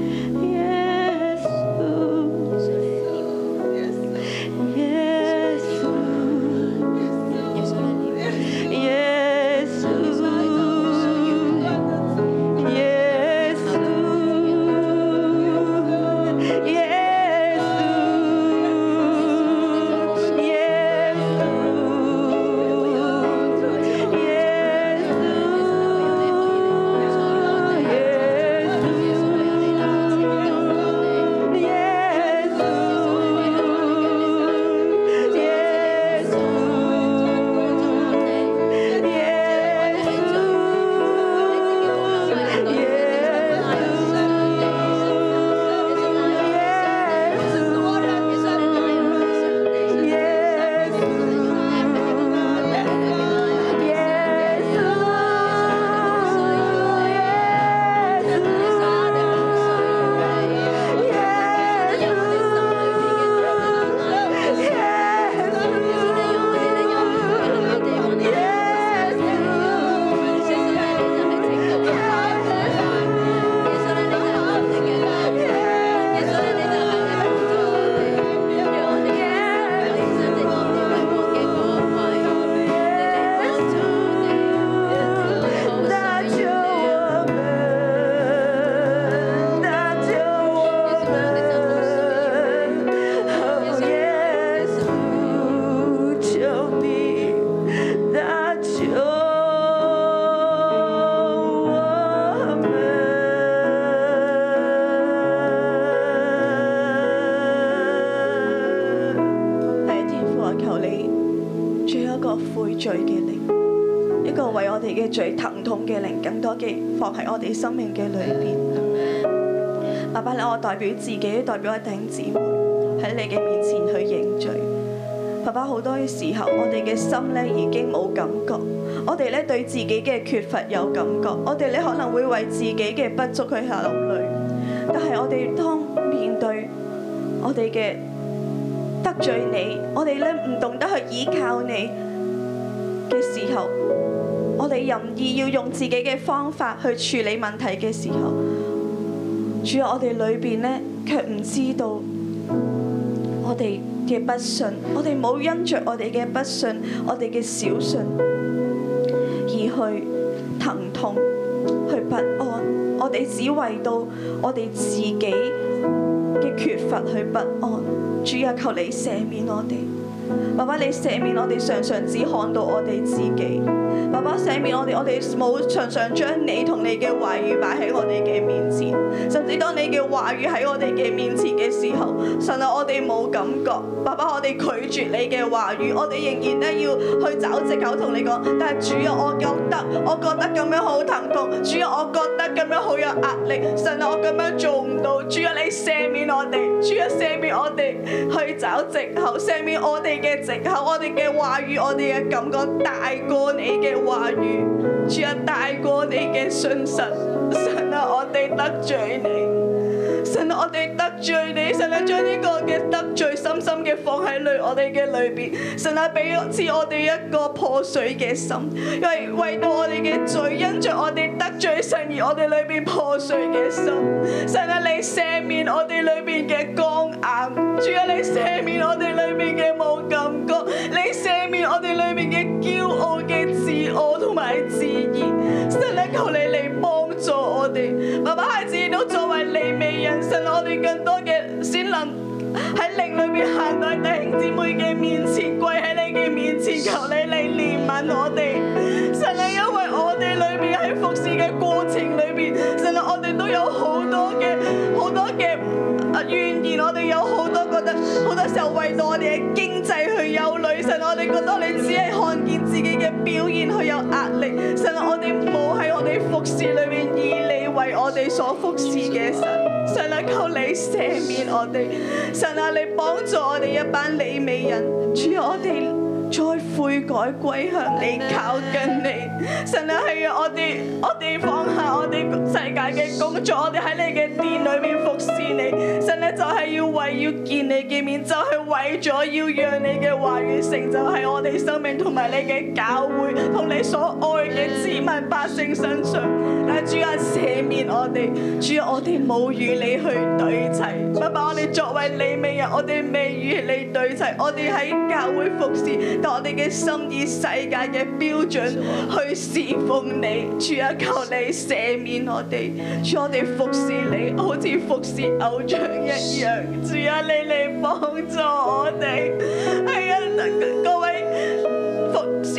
[SPEAKER 10] 耶稣，耶稣，耶稣，耶稣，耶稣，耶稣，耶稣，耶稣，耶稣，耶稣，耶稣。搭救我们，搭救我们，哦，耶稣，求你搭救我们。
[SPEAKER 11] 系天父啊，求你主一個悔罪嘅靈，一個為我哋嘅罪疼痛嘅靈，更多嘅放喺我哋生命嘅裏邊。爸爸，你我代表自己，代表我弟兄姊妹喺你嘅面前去認罪。爸爸好多嘅時候，我哋嘅心咧已經冇感覺，我哋咧對自己嘅缺乏有感覺，我哋咧可能會為自己嘅不足去流淚，但係我哋當面對我哋嘅得罪你，我哋咧唔懂得去依靠你嘅時候，我哋任意要用自己嘅方法去處理問題嘅時候，主啊，我哋裏邊咧卻唔知道我哋嘅不信，我哋冇因着我哋嘅不信，我哋嘅小信而去疼痛、去不安，我哋只為到我哋自己嘅缺乏去不安。主啊，求你赦免我哋。爸爸，你赦免我哋常常只看到我哋自己。爸爸赦免我哋，我哋冇常常將你同你嘅話語擺喺我哋嘅面前，甚至當你嘅話語喺我哋嘅面前嘅時候，神啊，我哋冇感覺。爸爸，我哋拒絕你嘅話語，我哋仍然咧要去找藉口同你講。但係主啊，我覺得，我覺得咁樣好疼痛。主啊，我覺得咁樣好有壓力。神啊，我咁樣做唔到。主啊，你赦免我哋。主啊，赦免我哋去找藉口，赦免我哋嘅藉口，我哋嘅話語，我哋嘅感覺大過你嘅話語。主啊，大過你嘅信實。神啊，我哋得罪你。神啊，我哋得罪你，神啊，將呢個嘅得罪深深嘅放喺裏我哋嘅裏邊，神啊，俾賜我哋一個破碎嘅心，因為為到我哋嘅罪，因着我哋得罪神而我哋裏邊破碎嘅心，神啊，你赦免我哋裏邊嘅光硬，主啊，你赦免我哋裏邊嘅冇感覺，你赦免我哋裏邊嘅驕傲嘅自我同埋自義，神啊，求
[SPEAKER 5] 哋，爸爸孩子都作為利未人，神啊我哋更多嘅先能喺靈裏邊行到弟兄姊妹嘅面前，跪喺你嘅面前，求你嚟憐憫我哋。神啊，因為我哋裏邊喺服侍嘅過程裏邊，神啊，我哋都有好多嘅好多嘅啊怨言，我哋有好多覺得好多時候為到我哋嘅經濟去憂慮，神啊，我哋覺得你只係看見自己嘅表現去有壓力，神啊，我哋冇喺我哋服侍裏邊以你為我哋所服侍嘅神，神啊，求你赦免我哋，神啊，你幫助我哋一班利美人，主啊，我哋。再悔改歸向你，靠近你。神啊，係啊，我哋我哋放下我哋世界嘅工作，我哋喺你嘅殿裏面服侍你。神啊咧就係、要為要見你嘅面，就係、為咗要讓你嘅話語成就喺我哋生命同埋你嘅教會同你所愛嘅子民百姓身上。但主啊，赦免我哋，主啊，我哋冇與你去對齊。爸爸，我哋作為你美人，我哋未與你對齊，我哋喺教會服侍，但我哋嘅心以世界嘅標準去侍奉你。主啊，求你赦免我哋，主我哋服侍你，好似服侍偶像一樣。主啊，你嚟幫助我哋。係啊，各位。服侍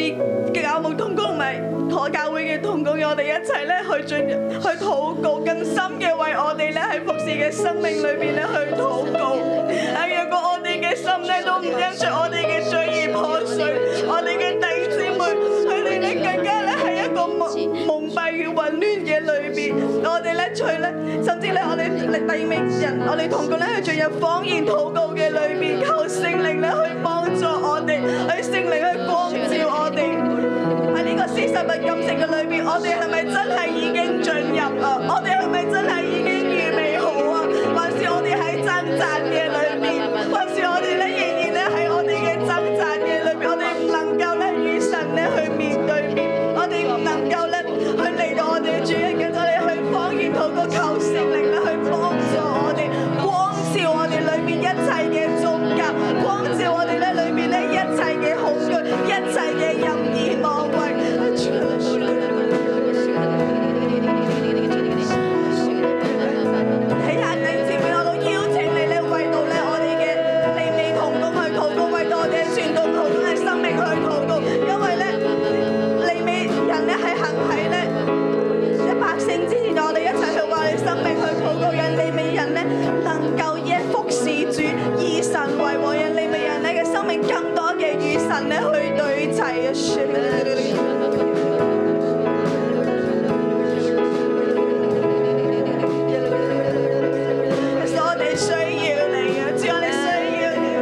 [SPEAKER 5] 嘅教牧同工同埋我教會嘅同工，我哋一齊咧去進入去禱告，更深嘅為我哋咧喺服侍嘅生命裏邊咧去禱告。係若果我哋嘅心咧都唔因着我哋嘅罪而破碎，我哋嘅弟兄姊妹佢哋咧更加咧係一個蒙蒙蔽與混亂嘅裏邊，我哋咧除咧甚至咧我哋第二名人，我哋同工咧去進入方言禱告嘅裏邊，求聖靈咧去幫助我哋，去聖靈去光照我哋。喺呢個四十日禁食嘅裏邊，我哋係咪真係已經進入啊？我哋係咪真係已經預備好啊？還是我哋喺掙扎嘅裏邊？還是我哋咧仍然咧喺我哋嘅掙扎嘅裏邊？我哋唔能夠咧與神咧去面對面，我哋唔能夠咧去嚟到我哋嘅主人嘅，我哋去方言禱告求聖靈咧去幫助我哋，光照我哋裏邊一切嘅宗教，光照我哋咧裏邊咧一切嘅恐懼，一切嘅任意妄為。喺下領前面，我都邀請你咧，為到咧我哋嘅利未同工去禱告，為到我哋嘅傳道同工嘅生命去禱告，因為咧利未人咧係行喺咧。一百姓之前，我哋一齊去為你生命去禱告，讓利未人咧能夠以服侍主、以神為王，讓利未人咧嘅生命更多嘅與神咧去對齊啊！主，我哋需要你啊！主，我哋需要你。啊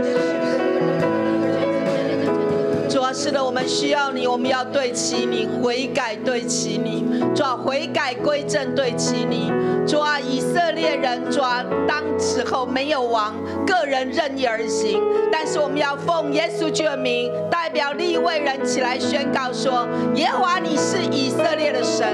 [SPEAKER 6] 主啊，是的，我们需要你，我们要对齐你，悔改对齐你，主啊，悔改归正对齐你，主啊，以色列人，主啊，当时候没有王，个人任意而行，但是我们要奉耶稣基督的名，代表立位人起来宣告说：耶和华你是以色列的神，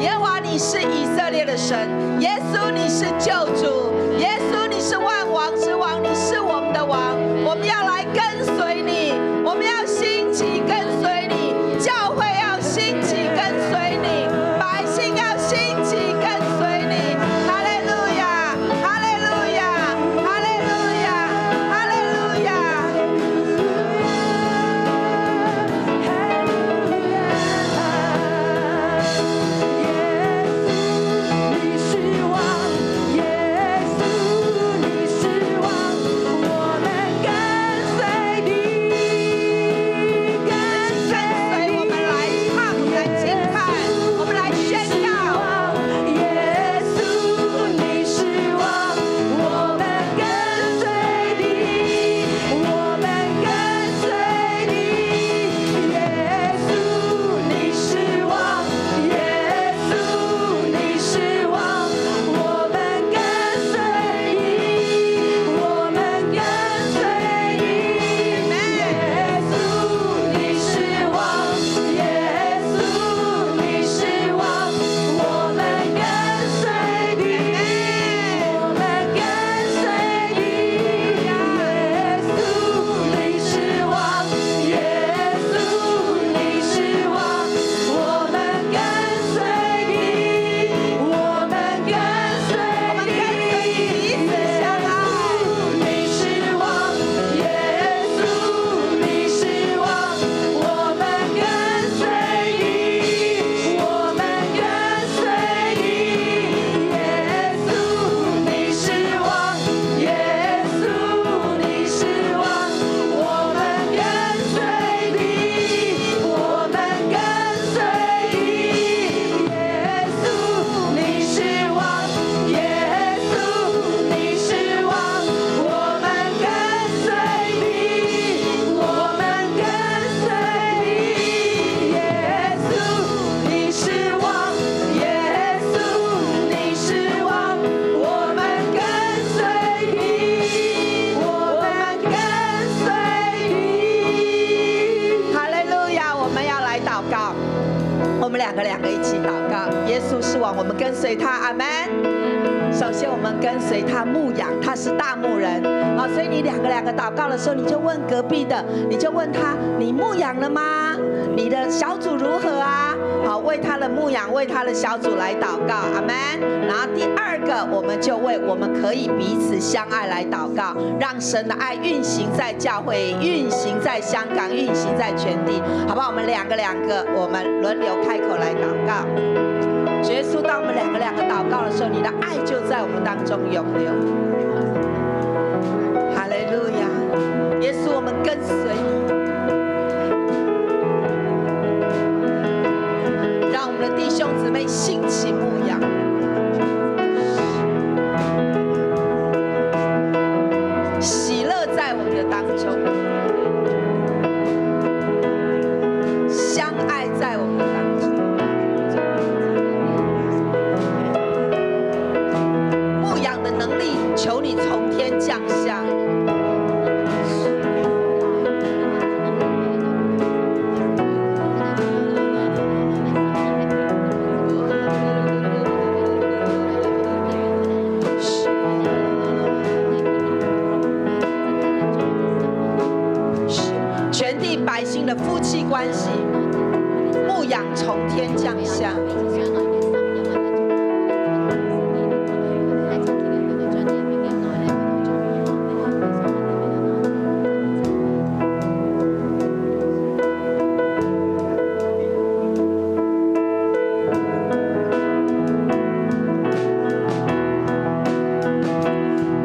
[SPEAKER 6] 耶和华你是以色列的神，耶稣你是救主，耶稣你是万王之王，你是我们的王，我们要来跟随你，我们要兴起跟随你，教会要兴起跟随你，百姓要兴起跟随你。哈利路亚，哈利路亚，哈利路亚，哈利路亚。
[SPEAKER 5] 你是王，耶稣，你是王，我们跟
[SPEAKER 6] 我们跟随他，阿门。首先，我们跟随他牧养，他是大牧人啊，所以你两个两个祷告的时候，你就问隔壁的，你就问他，你牧养了吗？你的小组如何啊？好，为他的牧养，为他的小组来祷告，阿门。然后第二个，我们就为我们可以彼此相爱来祷告，让神的爱运行在教会，运行在香港，运行在全地，好不好？我们两个两个，我们轮流开口来祷告。主耶稣，当我们两个两个祷告的时候，你的爱就在我们当中涌流。哈利路亚！耶稣，我们跟随你，让我们的弟兄姊妹兴起牧养。喜乐在我们的当中，相爱在我们的当中。牧养的能力，求你从天降下。全地百姓的夫妻关系，牧养从天降下。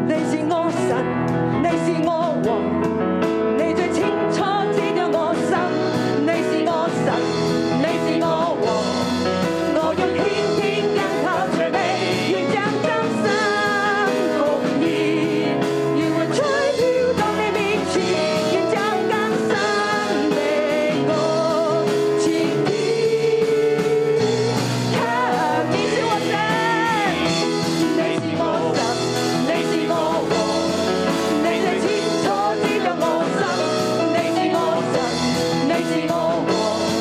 [SPEAKER 10] 你是我神，你是我王，你最清楚知道我心。你是我神，你是我王，我要天天跟靠着你，愿將真心奉獻，願活出飄到你面前，願將更深的我前天，給你是我神。你是我神，你是我王，你最清楚知道我心。你是我神，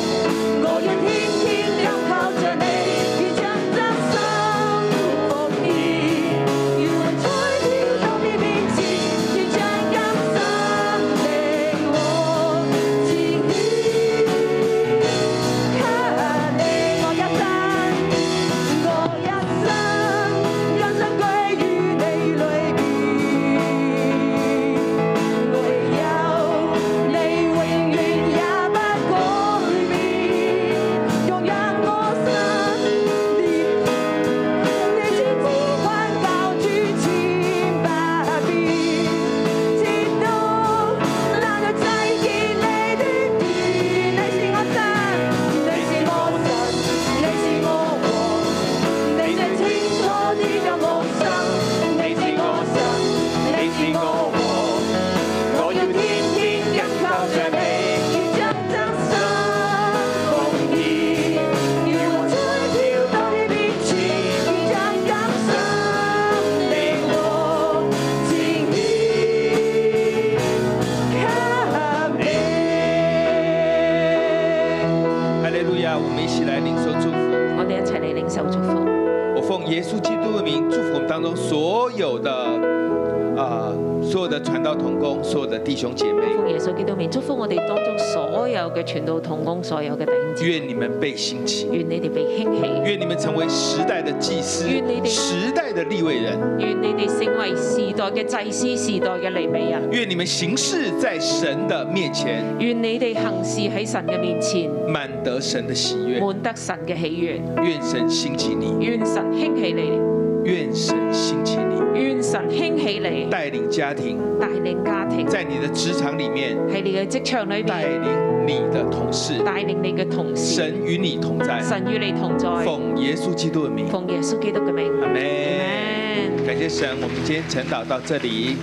[SPEAKER 10] 你是我王，我要天天緊靠着你，願將真心奉獻，願雲彩飄到你面前，願將今生的我自獻給你，我一生。我一生，甘心歸於你裏邊，沒有你永遠也不改變，容讓我心念，你千呼喚教主千百遍，直到那日再見你的面，你是我神，你是我神，你是我王。你最清楚知道我心，你是我神，你是我王，我要天天緊靠着你，願將真心奉獻，願雲彩飄到你面前，願將今生的我自獻給你。
[SPEAKER 12] 哈利路亚！我们一起来领受祝福。
[SPEAKER 3] 我哋一齊嚟領受祝福。
[SPEAKER 12] 我奉耶稣基督的名祝福我们当中所有的啊、所有的传道同工，所有的弟兄姐妹，
[SPEAKER 3] 奉耶穌基督名祝福我哋當中所有嘅傳道同工，所有嘅弟兄姊
[SPEAKER 12] 愿你们被兴起，
[SPEAKER 3] 妹，願你哋被興起，
[SPEAKER 12] 愿你们成为时代的祭司
[SPEAKER 3] 愿你，们
[SPEAKER 12] 时代的立位人，
[SPEAKER 3] 願你哋成為時代嘅祭司、時代嘅利美人，
[SPEAKER 12] 愿你们行事在神的面前，
[SPEAKER 3] 願你哋行事喺神嘅面前，
[SPEAKER 12] 满得神的喜悦。
[SPEAKER 3] 滿得神嘅喜悅。
[SPEAKER 12] 愿神兴起你，
[SPEAKER 3] 願神興起你，
[SPEAKER 12] 愿神兴起你，
[SPEAKER 3] 願神興起你，
[SPEAKER 12] 带领家庭，
[SPEAKER 3] 帶領家庭
[SPEAKER 12] 在你的职场里面，
[SPEAKER 3] 喺你嘅職場裏
[SPEAKER 12] 带
[SPEAKER 3] 面，
[SPEAKER 12] 领你的同事，
[SPEAKER 3] 帶領你嘅同事，
[SPEAKER 12] 神与你同在。
[SPEAKER 3] 神與你同在。
[SPEAKER 12] 奉耶稣基督的名，
[SPEAKER 3] 奉耶穌基督嘅名，
[SPEAKER 12] 阿门。
[SPEAKER 3] Amen
[SPEAKER 12] 感谢神，我们今天晨祷到这里。